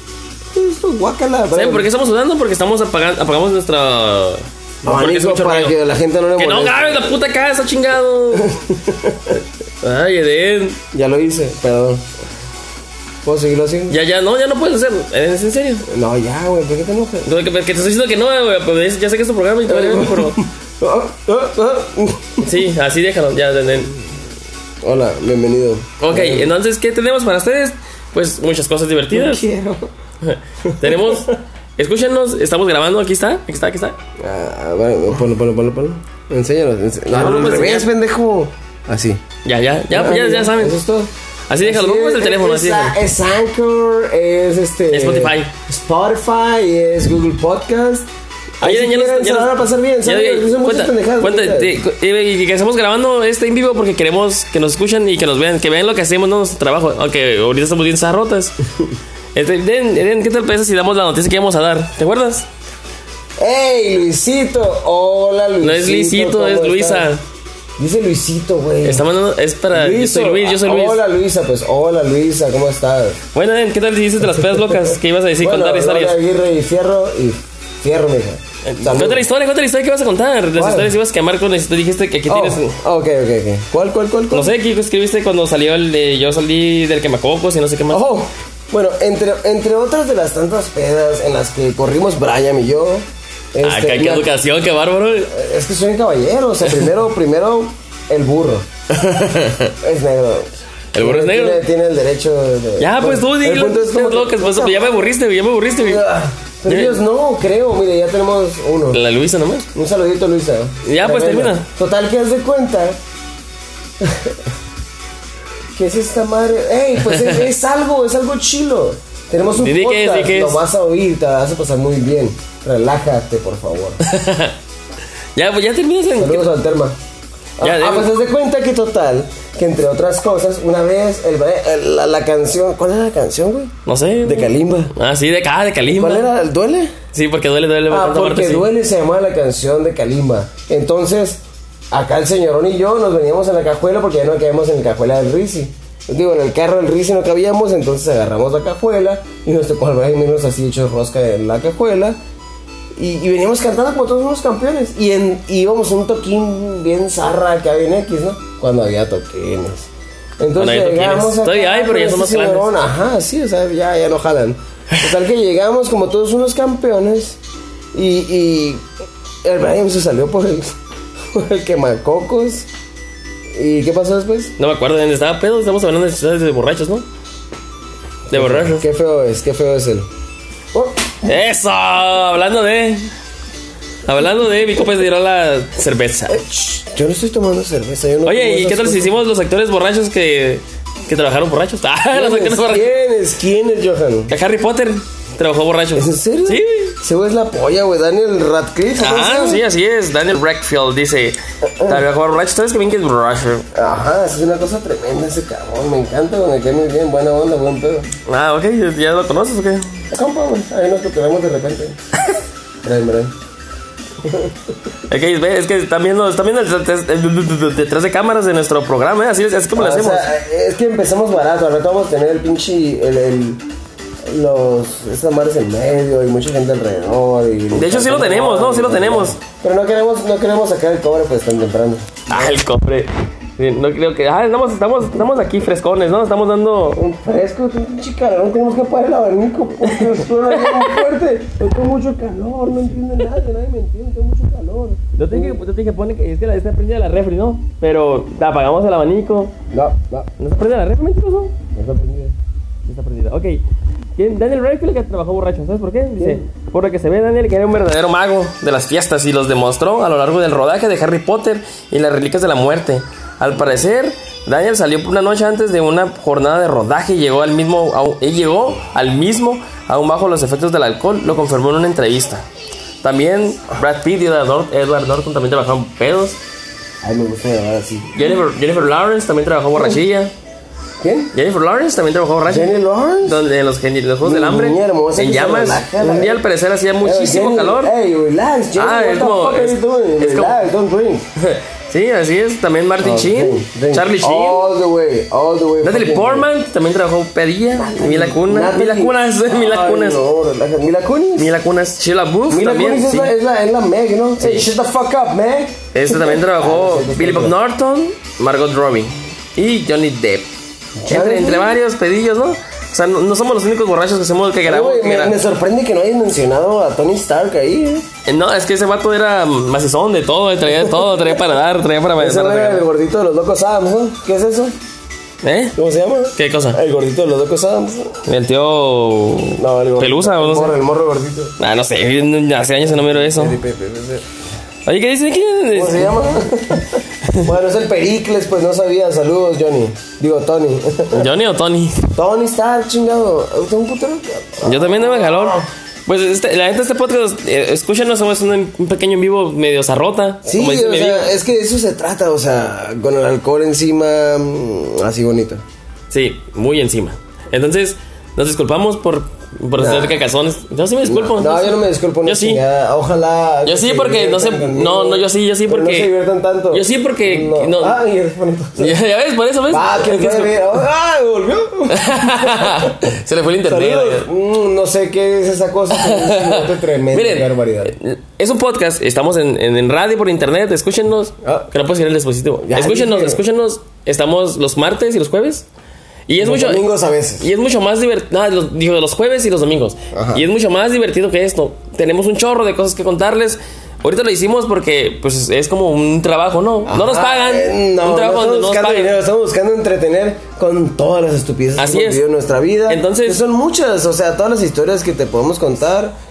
Speaker 2: Esto, guácala.
Speaker 1: ¿Saben
Speaker 2: Brian.
Speaker 1: por qué estamos sudando? Porque estamos apagando, apagamos nuestra. porque es
Speaker 2: Abanico
Speaker 1: mucho
Speaker 2: para
Speaker 1: ruido.
Speaker 2: que la gente no le
Speaker 1: Que no
Speaker 2: moleste.
Speaker 1: grabes la puta casa,
Speaker 2: [LAUGHS]
Speaker 1: chingado. Ay, Eden.
Speaker 2: Ya lo hice, perdón. ¿Puedo seguirlo haciendo?
Speaker 1: Ya, ya, no, ya no puedes hacerlo. Eden, es en serio.
Speaker 2: No, ya, güey, ¿por qué te enojas?
Speaker 1: No, Que, que te estoy diciendo que no, güey. pues, Ya sé que es tu programa y te vale, verga,
Speaker 2: [LAUGHS]
Speaker 1: pero.
Speaker 2: Ah, ah, ah.
Speaker 1: Sí, así déjalo, ya, Eden.
Speaker 2: [LAUGHS] Hola, bienvenido.
Speaker 1: Ok, entonces, ¿qué tenemos para ustedes? Pues muchas cosas divertidas.
Speaker 2: Quiero.
Speaker 1: [LAUGHS] tenemos. Escúchenos, estamos grabando, aquí está, aquí está, aquí está.
Speaker 2: Ah, bueno, ponlo, ponlo, ponlo, ponlo. Enséñalo. ense-
Speaker 1: Ah,
Speaker 2: No,
Speaker 1: no
Speaker 2: no,
Speaker 1: lo
Speaker 2: al
Speaker 1: puedes
Speaker 2: revés,
Speaker 1: enseñar.
Speaker 2: pendejo. Así.
Speaker 1: Ya, ya, ya, pues, ya, ya saben.
Speaker 2: Eso es todo.
Speaker 1: Así déjalo, ¿cómo es el teléfono? Así
Speaker 2: es,
Speaker 1: déjalo.
Speaker 2: es Anchor, es este.
Speaker 1: Es Spotify.
Speaker 2: Spotify, es Google Podcast. Ahí
Speaker 1: Oye,
Speaker 2: si
Speaker 1: ya nos-
Speaker 2: quieren,
Speaker 1: ya
Speaker 2: se
Speaker 1: nos-
Speaker 2: van a pasar bien.
Speaker 1: ya,
Speaker 2: ¿saben?
Speaker 1: ya,
Speaker 2: Son muchas
Speaker 1: cuenta,
Speaker 2: pendejadas,
Speaker 1: cuenta,
Speaker 2: muchas.
Speaker 1: te- cu- eh, y que estamos grabando este en vivo porque queremos que nos escuchen y que nos vean, que vean lo que hacemos, no nuestro trabajo, aunque ahorita estamos bien
Speaker 2: [LAUGHS]
Speaker 1: zarrotas. Este, Eden, Eden, ¿qué tal parece si damos la noticia que íbamos a dar? ¿Te acuerdas?
Speaker 2: ¡Ey, Luisito! Hola, Luisito.
Speaker 1: No es Luisito,
Speaker 2: ¿cómo
Speaker 1: es
Speaker 2: estás?
Speaker 1: Luisa.
Speaker 2: Dice Luisito, güey.
Speaker 1: Está mandando, es para. Yo soy
Speaker 2: Luiso.
Speaker 1: Luis, yo soy Luis.
Speaker 2: Hola, Luisa, pues. Hola, Luisa, ¿cómo estás?
Speaker 1: Bueno, Eden, ¿qué tal dices de las pedas locas que ibas a decir,
Speaker 2: bueno,
Speaker 1: contar historias? Eh,
Speaker 2: Lola Aguirre y Fierro y Fierro, mija.
Speaker 1: Cuenta la historia, cuenta la historia que vas a contar. Las
Speaker 2: ¿Cuál?
Speaker 1: historias ibas a quemar con esto. Dijiste que aquí
Speaker 2: Oh,
Speaker 1: tienes.
Speaker 2: ok, ok, ok. ¿Cuál, cuál, cuál? cuál?
Speaker 1: No sé, ¿qué escribiste cuando salió el de Yo salí del quemacocos y no sé qué más?
Speaker 2: Oh, bueno, entre, entre otras de las tantas pedas en las que corrimos Brian y yo. este, Eh,
Speaker 1: Ah, qué, qué
Speaker 2: me-
Speaker 1: educación, qué bárbaro.
Speaker 2: es que soy un caballero,
Speaker 1: [LAUGHS]
Speaker 2: o sea, primero, primero el burro. Es negro.
Speaker 1: El burro es
Speaker 2: Tiene-
Speaker 1: negro.
Speaker 2: Tiene, tiene el derecho de.
Speaker 1: Ya, pues tú,
Speaker 2: El
Speaker 1: dilo.
Speaker 2: punto es como
Speaker 1: pedas
Speaker 2: que-
Speaker 1: locas, pues, ya me aburriste, ya me aburriste. güey.
Speaker 2: Ah, Pero
Speaker 1: Ya-
Speaker 2: ellos no, creo. Mire, ya tenemos uno.
Speaker 1: La Luisa nomás. [LAUGHS]
Speaker 2: Un saludito, Luisa.
Speaker 1: Ya, pues, termina.
Speaker 2: Total, que haz de cuenta ¿Qué es esta madre? ¡Ey! Pues
Speaker 1: [LAUGHS]
Speaker 2: es, es algo, es algo chilo. Tenemos un
Speaker 1: Di que es, di
Speaker 2: podcast,
Speaker 1: que
Speaker 2: lo
Speaker 1: es.
Speaker 2: vas a oír, te la vas a pasar muy bien. Relájate, por
Speaker 1: [LAUGHS]
Speaker 2: favor.
Speaker 1: Ya, pues ya terminas en.
Speaker 2: Saludos al Terma. Ah,
Speaker 1: Ya,
Speaker 2: ah,
Speaker 1: digo.
Speaker 2: pues haz de cuenta que total, que entre otras cosas, una vez el, el- la, la canción, ¿cuál era la canción, güey?
Speaker 1: No sé.
Speaker 2: De Kalimba.
Speaker 1: Ah, sí, de acá, de Kalimba.
Speaker 2: ¿Cuál era? ¿El ¿Duele?
Speaker 1: Sí, porque duele, duele.
Speaker 2: Ah,
Speaker 1: bastante
Speaker 2: porque
Speaker 1: fuerte, sí.
Speaker 2: duele se llamaba la canción de Kalimba. Entonces, acá el señorón y yo nos veníamos en la cajuela porque ya no cabíamos en la cajuela del Risi. Digo, en el carro del Risi no cabíamos, entonces agarramos la cajuela y nos tocó al Brian irnos así hechos rosca en la cajuela. Y, y veníamos cantando como todos unos campeones. Y, en, y íbamos un toquín bien zarra acá bien X, ¿no? Cuando había toquines.
Speaker 1: Cuando
Speaker 2: Entonces
Speaker 1: había toquines.
Speaker 2: llegamos acá
Speaker 1: Todavía hay, pero
Speaker 2: con
Speaker 1: ya
Speaker 2: este
Speaker 1: son más grandes.
Speaker 2: señorón, Ajá, sí, o sea, ya, ya no jalan. Total que llegamos como todos unos campeones y, y el Brian se salió por el, [LAUGHS] por el quemacocos. ¿Y qué pasó después?
Speaker 1: No me acuerdo de dónde estaba pedo. Estamos hablando de ciudades de borrachos, ¿no? De borrachos.
Speaker 2: Qué feo es, qué feo es él. Oh,
Speaker 1: Eso, hablando de. Hablando de, mi copa se tiró la cerveza.
Speaker 2: shh, eh, yo no estoy tomando cerveza, yo no tomo
Speaker 1: Oye, ¿y
Speaker 2: esas
Speaker 1: qué tal si
Speaker 2: cosas.
Speaker 1: hicimos los actores borrachos que, que trabajaron borrachos? [LAUGHS] Ah, los actores borrachos.
Speaker 2: ¿Quiénes? ¿Quiénes, Johan?
Speaker 1: Que Harry Potter trabajó borracho.
Speaker 2: ¿Es en serio?
Speaker 1: Sí, güey.
Speaker 2: Ese güey es la polla, güey. Daniel Radcliffe. ¿no?
Speaker 1: Ah,
Speaker 2: ¿Ese?
Speaker 1: sí, así es. Daniel Redfield dice: Trabajó borracho. ¿Sabes que bien que es borracho?
Speaker 2: Ajá, es una cosa tremenda ese cabrón. Me encanta, güey. Me cae muy bien. Buena onda, buen pedo.
Speaker 1: Ah, ok, ¿ya lo conoces o qué?
Speaker 2: Compa, güey. Ahí nos tocamos
Speaker 1: [LAUGHS]
Speaker 2: de repente. Brian, Brian.
Speaker 1: Ok, ve, es que están viendo, están viendo el- el- el- detrás de cámaras de nuestro programa, ¿eh? así es así como lo
Speaker 2: Ah, O sea,
Speaker 1: hacemos.
Speaker 2: es que empezamos barato, al rato vamos a tener el pinche el, el- los esas madres en medio y mucha gente alrededor y
Speaker 1: De hecho, sí lo tenemos, ¿no? Sí lo tenemos.
Speaker 2: Pero no queremos, no queremos sacar el cobre pues tan temprano.
Speaker 1: Ah, el cofre. Sí, No creo que. Ah, estamos, estamos, estamos aquí frescones, ¿no? Estamos dando.
Speaker 2: Un fresco, un pinche calorón, tenemos que apagar el abanico porque suena bien fuerte. Tengo mucho calor, no entiende nadie, nadie me entiende, tengo mucho calor.
Speaker 1: Yo te dije, yo te dije pone que es que la está prendida la refri, ¿no? Pero la apagamos el abanico.
Speaker 2: No, no,
Speaker 1: ¿No está prendida la refri, mentiroso?
Speaker 2: no está prendido.
Speaker 1: Sí está prendida. Ok. ¿Quién? Daniel Radcliffe que trabajó borracho, ¿sabes por qué? Dice, por lo que se ve Daniel que era un verdadero mago de las fiestas y los demostró a lo largo del rodaje de Harry Potter y las Reliquias de la Muerte. Al parecer, Daniel salió una noche antes de una jornada de rodaje y llegó al mismo, a un- él llegó al mismo, aún bajo los efectos del alcohol, lo confirmó en una entrevista. También Brad Pitt y Edward Edward Norton también trabajaron pedos.
Speaker 2: Ay, me gusta grabar así.
Speaker 1: Jennifer, Jennifer Lawrence también trabajó borrachilla.
Speaker 2: ¿Quién?
Speaker 1: Jennifer Lawrence también trabajó borracha.
Speaker 2: Jenny Lawrence.
Speaker 1: Donde en los, geni- los Juegos del
Speaker 2: Niña
Speaker 1: Hambre,
Speaker 2: hermosa
Speaker 1: en
Speaker 2: que se
Speaker 1: llamas,
Speaker 2: relaja, la
Speaker 1: un día
Speaker 2: verdad.
Speaker 1: al parecer hacía muchísimo
Speaker 2: Jenny,
Speaker 1: calor.
Speaker 2: Hey, relax, Jenny.
Speaker 1: Ah,
Speaker 2: what
Speaker 1: es
Speaker 2: the
Speaker 1: como-
Speaker 2: fuck are you
Speaker 1: es-
Speaker 2: doing?
Speaker 1: es como-
Speaker 2: Relax, don't drink.
Speaker 1: [LAUGHS] sí, así es. También Martin
Speaker 2: Oh,
Speaker 1: Sheen,
Speaker 2: Drink, drink.
Speaker 1: Charlie Sheen,
Speaker 2: All the way, all the way.
Speaker 1: Natalie
Speaker 2: fucking
Speaker 1: Portman también trabajó Pedilla, Mila Cunas,
Speaker 2: Natalie-
Speaker 1: Mila Cunas, [LAUGHS]
Speaker 2: Ay,
Speaker 1: Mila Cunas,
Speaker 2: no, relaja. Mila Kunis.
Speaker 1: Mila Cunas, Sheila Booth
Speaker 2: Mila
Speaker 1: también.
Speaker 2: Kunis es,
Speaker 1: sí.
Speaker 2: la, es, la, es la Meg, ¿no? Hey, shut the fuck up, Meg.
Speaker 1: Este
Speaker 2: [LAUGHS]
Speaker 1: también
Speaker 2: Ah,
Speaker 1: trabajó
Speaker 2: no sé,
Speaker 1: Billy Bob Norton, Margot Robbie y Johnny Depp. Entre,
Speaker 2: Johnny
Speaker 1: entre
Speaker 2: Depp.
Speaker 1: varios pedillos, ¿no? O sea, no, no somos los únicos borrachos que somos que grabó.
Speaker 2: Güey,
Speaker 1: que
Speaker 2: me,
Speaker 1: gra-
Speaker 2: me sorprende que no hayas mencionado a Tony Stark ahí, ¿eh?
Speaker 1: Eh, No, es que ese vato era mm, macizón de todo, eh, traía de todo, traía para dar, traía para
Speaker 2: Ese
Speaker 1: para
Speaker 2: era el
Speaker 1: regalar.
Speaker 2: gordito de los locos Adams, ¿no? ¿Qué es eso?
Speaker 1: ¿Eh?
Speaker 2: ¿Cómo se llama?
Speaker 1: ¿Qué cosa?
Speaker 2: El gordito de los locos Adams.
Speaker 1: El tío.
Speaker 2: No, el gordito.
Speaker 1: Pelusa o
Speaker 2: el
Speaker 1: no
Speaker 2: morro,
Speaker 1: sé.
Speaker 2: El morro gordito.
Speaker 1: Ah, no sé, no- hace años que no miro eso. Oye, ¿qué dice? ¿Qué
Speaker 2: ¿Cómo se llama? Pues, [LAUGHS] bueno, es el Pericles, pues no sabía. Saludos, Johnny. Digo, Tony. [LAUGHS]
Speaker 1: ¿Johnny o Tony?
Speaker 2: Tony Stark, chingado. Tengo un putero. de-
Speaker 1: Yo también tengo calor. Pues este, la gente de este podcast, eh, escúchanos, somos un, un pequeño en vivo medio zarrota.
Speaker 2: Sí,
Speaker 1: como dice
Speaker 2: o
Speaker 1: mi
Speaker 2: sea,
Speaker 1: amigo.
Speaker 2: es que de eso se trata, o sea, con el alcohol encima, mm, así bonito.
Speaker 1: Sí, muy encima. Entonces, nos disculpamos por, por hacer cacazones. Yo sí me disculpo.
Speaker 2: No, yo no me disculpo.
Speaker 1: Yo
Speaker 2: una
Speaker 1: sí.
Speaker 2: chingada. Ojalá.
Speaker 1: Yo
Speaker 2: que
Speaker 1: sí,
Speaker 2: se
Speaker 1: porque no sé.
Speaker 2: diviertan conmigo.
Speaker 1: No, no, yo sí, yo sí,
Speaker 2: Pero
Speaker 1: porque.
Speaker 2: No se diviertan tanto.
Speaker 1: Yo sí, porque.
Speaker 2: No.
Speaker 1: no-
Speaker 2: Ah, y es bonito.
Speaker 1: Ya, [LAUGHS] ya ves, por eso ves.
Speaker 2: Ah, que
Speaker 1: [LAUGHS] Es que es-
Speaker 2: fue bien. Ah,
Speaker 1: [LAUGHS]
Speaker 2: volvió.
Speaker 1: Se le fue el internet.
Speaker 2: Saludos. Mm, no sé qué es esa cosa. pero es un bote tremendo.
Speaker 1: Miren,
Speaker 2: qué barbaridad.
Speaker 1: Es un podcast, estamos en, en- en radio por internet, escúchenos.
Speaker 2: Ah.
Speaker 1: Que no puedo seguir el dispositivo.
Speaker 2: Ya
Speaker 1: escúchenos,
Speaker 2: dije.
Speaker 1: escúchenos. Estamos los martes y los jueves. Y es
Speaker 2: Los
Speaker 1: mucho
Speaker 2: domingos a veces.
Speaker 1: y es mucho más divertido, los, digo, los jueves y los domingos.
Speaker 2: Ajá.
Speaker 1: Y es mucho más divertido que esto. Tenemos un chorro de cosas que contarles. Ahorita lo hicimos porque pues es como un trabajo, ¿no? No nos
Speaker 2: Ajá,
Speaker 1: pagan.
Speaker 2: eh, No,
Speaker 1: un
Speaker 2: no
Speaker 1: trabajo donde no
Speaker 2: estamos
Speaker 1: nos
Speaker 2: buscando
Speaker 1: pagan.
Speaker 2: dinero, estamos buscando entretener con todas las estupideces
Speaker 1: Así
Speaker 2: que hemos
Speaker 1: es.
Speaker 2: vivido en nuestra vida.
Speaker 1: Entonces-
Speaker 2: Que son muchas, o sea, todas las historias que te podemos contar.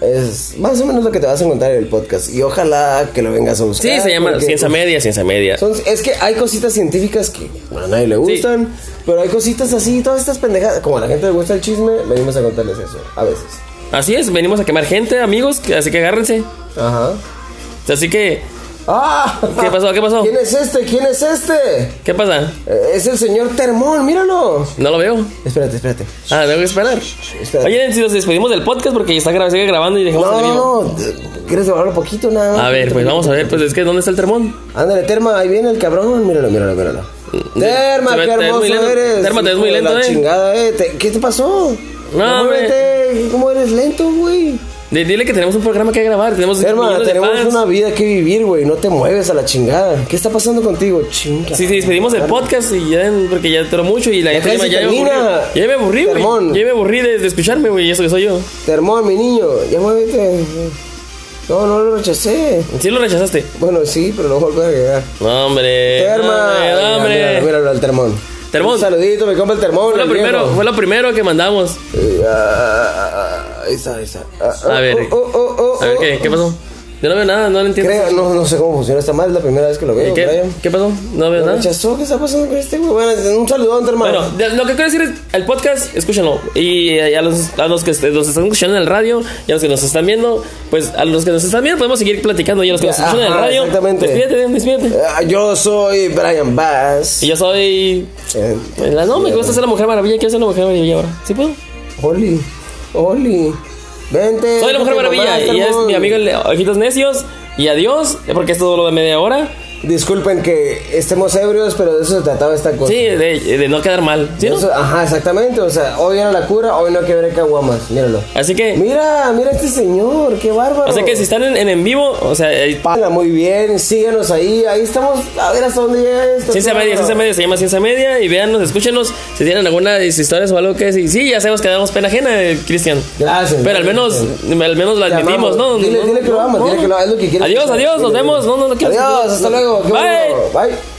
Speaker 2: Es más o menos lo que te vas a encontrar en el podcast. Y ojalá que lo vengas a buscar.
Speaker 1: Sí, se llama
Speaker 2: porque, pues
Speaker 1: ciencia media, ciencia media.
Speaker 2: son- es que hay cositas científicas que bueno, a nadie le gustan, pero hay cositas así, todas estas pendejadas. Como a la gente le gusta el chisme, venimos a contarles eso, a veces.
Speaker 1: Así es, venimos a quemar gente, amigos, que- así que agárrense.
Speaker 2: Ajá.
Speaker 1: Así que,
Speaker 2: ¡Ah!
Speaker 1: ¿Qué pasó? ¿Qué pasó?
Speaker 2: ¿Quién es este? ¿Quién es este?
Speaker 1: ¿qué pasa?
Speaker 2: Eh, Es el señor Termón, míralo.
Speaker 1: No lo veo.
Speaker 2: Espérate, espérate.
Speaker 1: Ah, tengo que esperar.
Speaker 2: Espérate.
Speaker 1: Oye, si nos despedimos del podcast porque está gra- sigue grabando y dejamos
Speaker 2: No,
Speaker 1: el vivo.
Speaker 2: no, no. te- ¿Quieres hablar un poquito nada? más?
Speaker 1: A ver, pues vamos a ver, pues es que ¿dónde está el termón?
Speaker 2: Ándale, Terma, ahí viene el cabrón. Míralo, míralo, míralo.
Speaker 1: se
Speaker 2: Terma,
Speaker 1: ve-
Speaker 2: qué
Speaker 1: Mm, te ves
Speaker 2: hermoso
Speaker 1: muy lento.
Speaker 2: eres.
Speaker 1: Terma, te ves
Speaker 2: hijo
Speaker 1: muy
Speaker 2: de
Speaker 1: lento,
Speaker 2: la
Speaker 1: eh.
Speaker 2: chingada, eh. Te- ¿Qué te pasó?
Speaker 1: No, hombre.
Speaker 2: Muévete, ¿Cómo eres lento, güey?
Speaker 1: D- Dile que tenemos un programa que grabar, tenemos
Speaker 2: Terma,
Speaker 1: millones de
Speaker 2: tenemos
Speaker 1: fans.
Speaker 2: una vida que vivir, güey. No te mueves a la chingada. ¿Qué está pasando contigo? Chinga.
Speaker 1: Sí, sí, despedimos del podcast y ya, porque ya entró mucho y la gente
Speaker 2: casi
Speaker 1: ya, me aburrí.
Speaker 2: termina.
Speaker 1: Ya me aburrí, güey.
Speaker 2: Termón.
Speaker 1: Ya me aburrí de, de escucharme, güey, y eso que soy yo.
Speaker 2: Termón, mi niño, ya muévete. No, no lo rechacé.
Speaker 1: Sí lo rechazaste.
Speaker 2: Bueno, sí, pero lo volví a llegar.
Speaker 1: No, hombre. Eh, No,
Speaker 2: Terma.
Speaker 1: hombre, no, hombre.
Speaker 2: Mira, mira, míralo al termón.
Speaker 1: Termón.
Speaker 2: Un saludito, me compra el termón.
Speaker 1: Fue lo
Speaker 2: el
Speaker 1: primero,
Speaker 2: viejo.
Speaker 1: fue lo primero que mandamos.
Speaker 2: Eh, ah, ah, ah, ahí está, ahí está. Ah, ah,
Speaker 1: A ver.
Speaker 2: oh, oh, oh, oh,
Speaker 1: A ver,
Speaker 2: oh.
Speaker 1: ¿qué, qué pasó? Yo no veo nada, no lo entiendo.
Speaker 2: Creo, no, no sé cómo funciona esta madre, es la primera vez que lo veo,
Speaker 1: ¿Qué,
Speaker 2: Brian.
Speaker 1: ¿Qué pasó? No veo
Speaker 2: ¿Lo
Speaker 1: nada.
Speaker 2: rechazó? ¿Qué está pasando con este güey? Bueno, un saludón, hermano.
Speaker 1: Bueno, de- lo que quiero decir es, el podcast, escúchenlo. Y eh, a los, a los que est- nos están escuchando en el radio, y a los que nos están viendo, pues a los que nos están viendo podemos seguir platicando. Y a los que nos escuchan en el
Speaker 2: Ajá,
Speaker 1: radio,
Speaker 2: exactamente.
Speaker 1: despídete, despídete.
Speaker 2: Ah, yo soy Brian Bass.
Speaker 1: Y yo soy...
Speaker 2: Eh,
Speaker 1: pues, la- no, me gusta ser la Mujer Maravilla, quiero ser la Mujer Maravilla ahora. ¿Sí puedo?
Speaker 2: Oli, Oli, vente.
Speaker 1: Soy la Mujer
Speaker 2: vente,
Speaker 1: Maravilla
Speaker 2: mamá,
Speaker 1: y es
Speaker 2: Termón.
Speaker 1: mi amigo el Ojitos Necios. Y adiós, porque esto es lo de media hora.
Speaker 2: Disculpen que estemos ebrios, pero de eso se trataba esta cosa.
Speaker 1: Pues Sí, de, de no quedar mal. ¿sí, no?
Speaker 2: Eso- ajá, exactamente. O sea, hoy era la cura, hoy no quebré caguamas. Míralo.
Speaker 1: Así que...
Speaker 2: Mira, mira este señor, qué bárbaro.
Speaker 1: O sea que si están en, en, en vivo, o sea, eh,
Speaker 2: Pala, muy bien, síganos ahí. Ahí estamos, a ver hasta dónde llega esto.
Speaker 1: Ciencia
Speaker 2: claro.
Speaker 1: Media, Ciencia Media se llama Ciencia Media y véannos, escúchenos si tienen alguna de sus historias o algo que decir. Sí, ya sabemos que damos pena ajena, eh, Cristian.
Speaker 2: Gracias.
Speaker 1: Pero al menos, al menos lo
Speaker 2: Te amamos.
Speaker 1: admitimos, ¿no?
Speaker 2: Dile,
Speaker 1: No,
Speaker 2: dile que lo
Speaker 1: no,
Speaker 2: amas,
Speaker 1: no.
Speaker 2: dile que lo es lo que quieres.
Speaker 1: Adiós, adiós, nos vemos. No, no, no quiero-
Speaker 2: Adiós, hasta luego. qué
Speaker 1: Bye.
Speaker 2: bueno. Bye.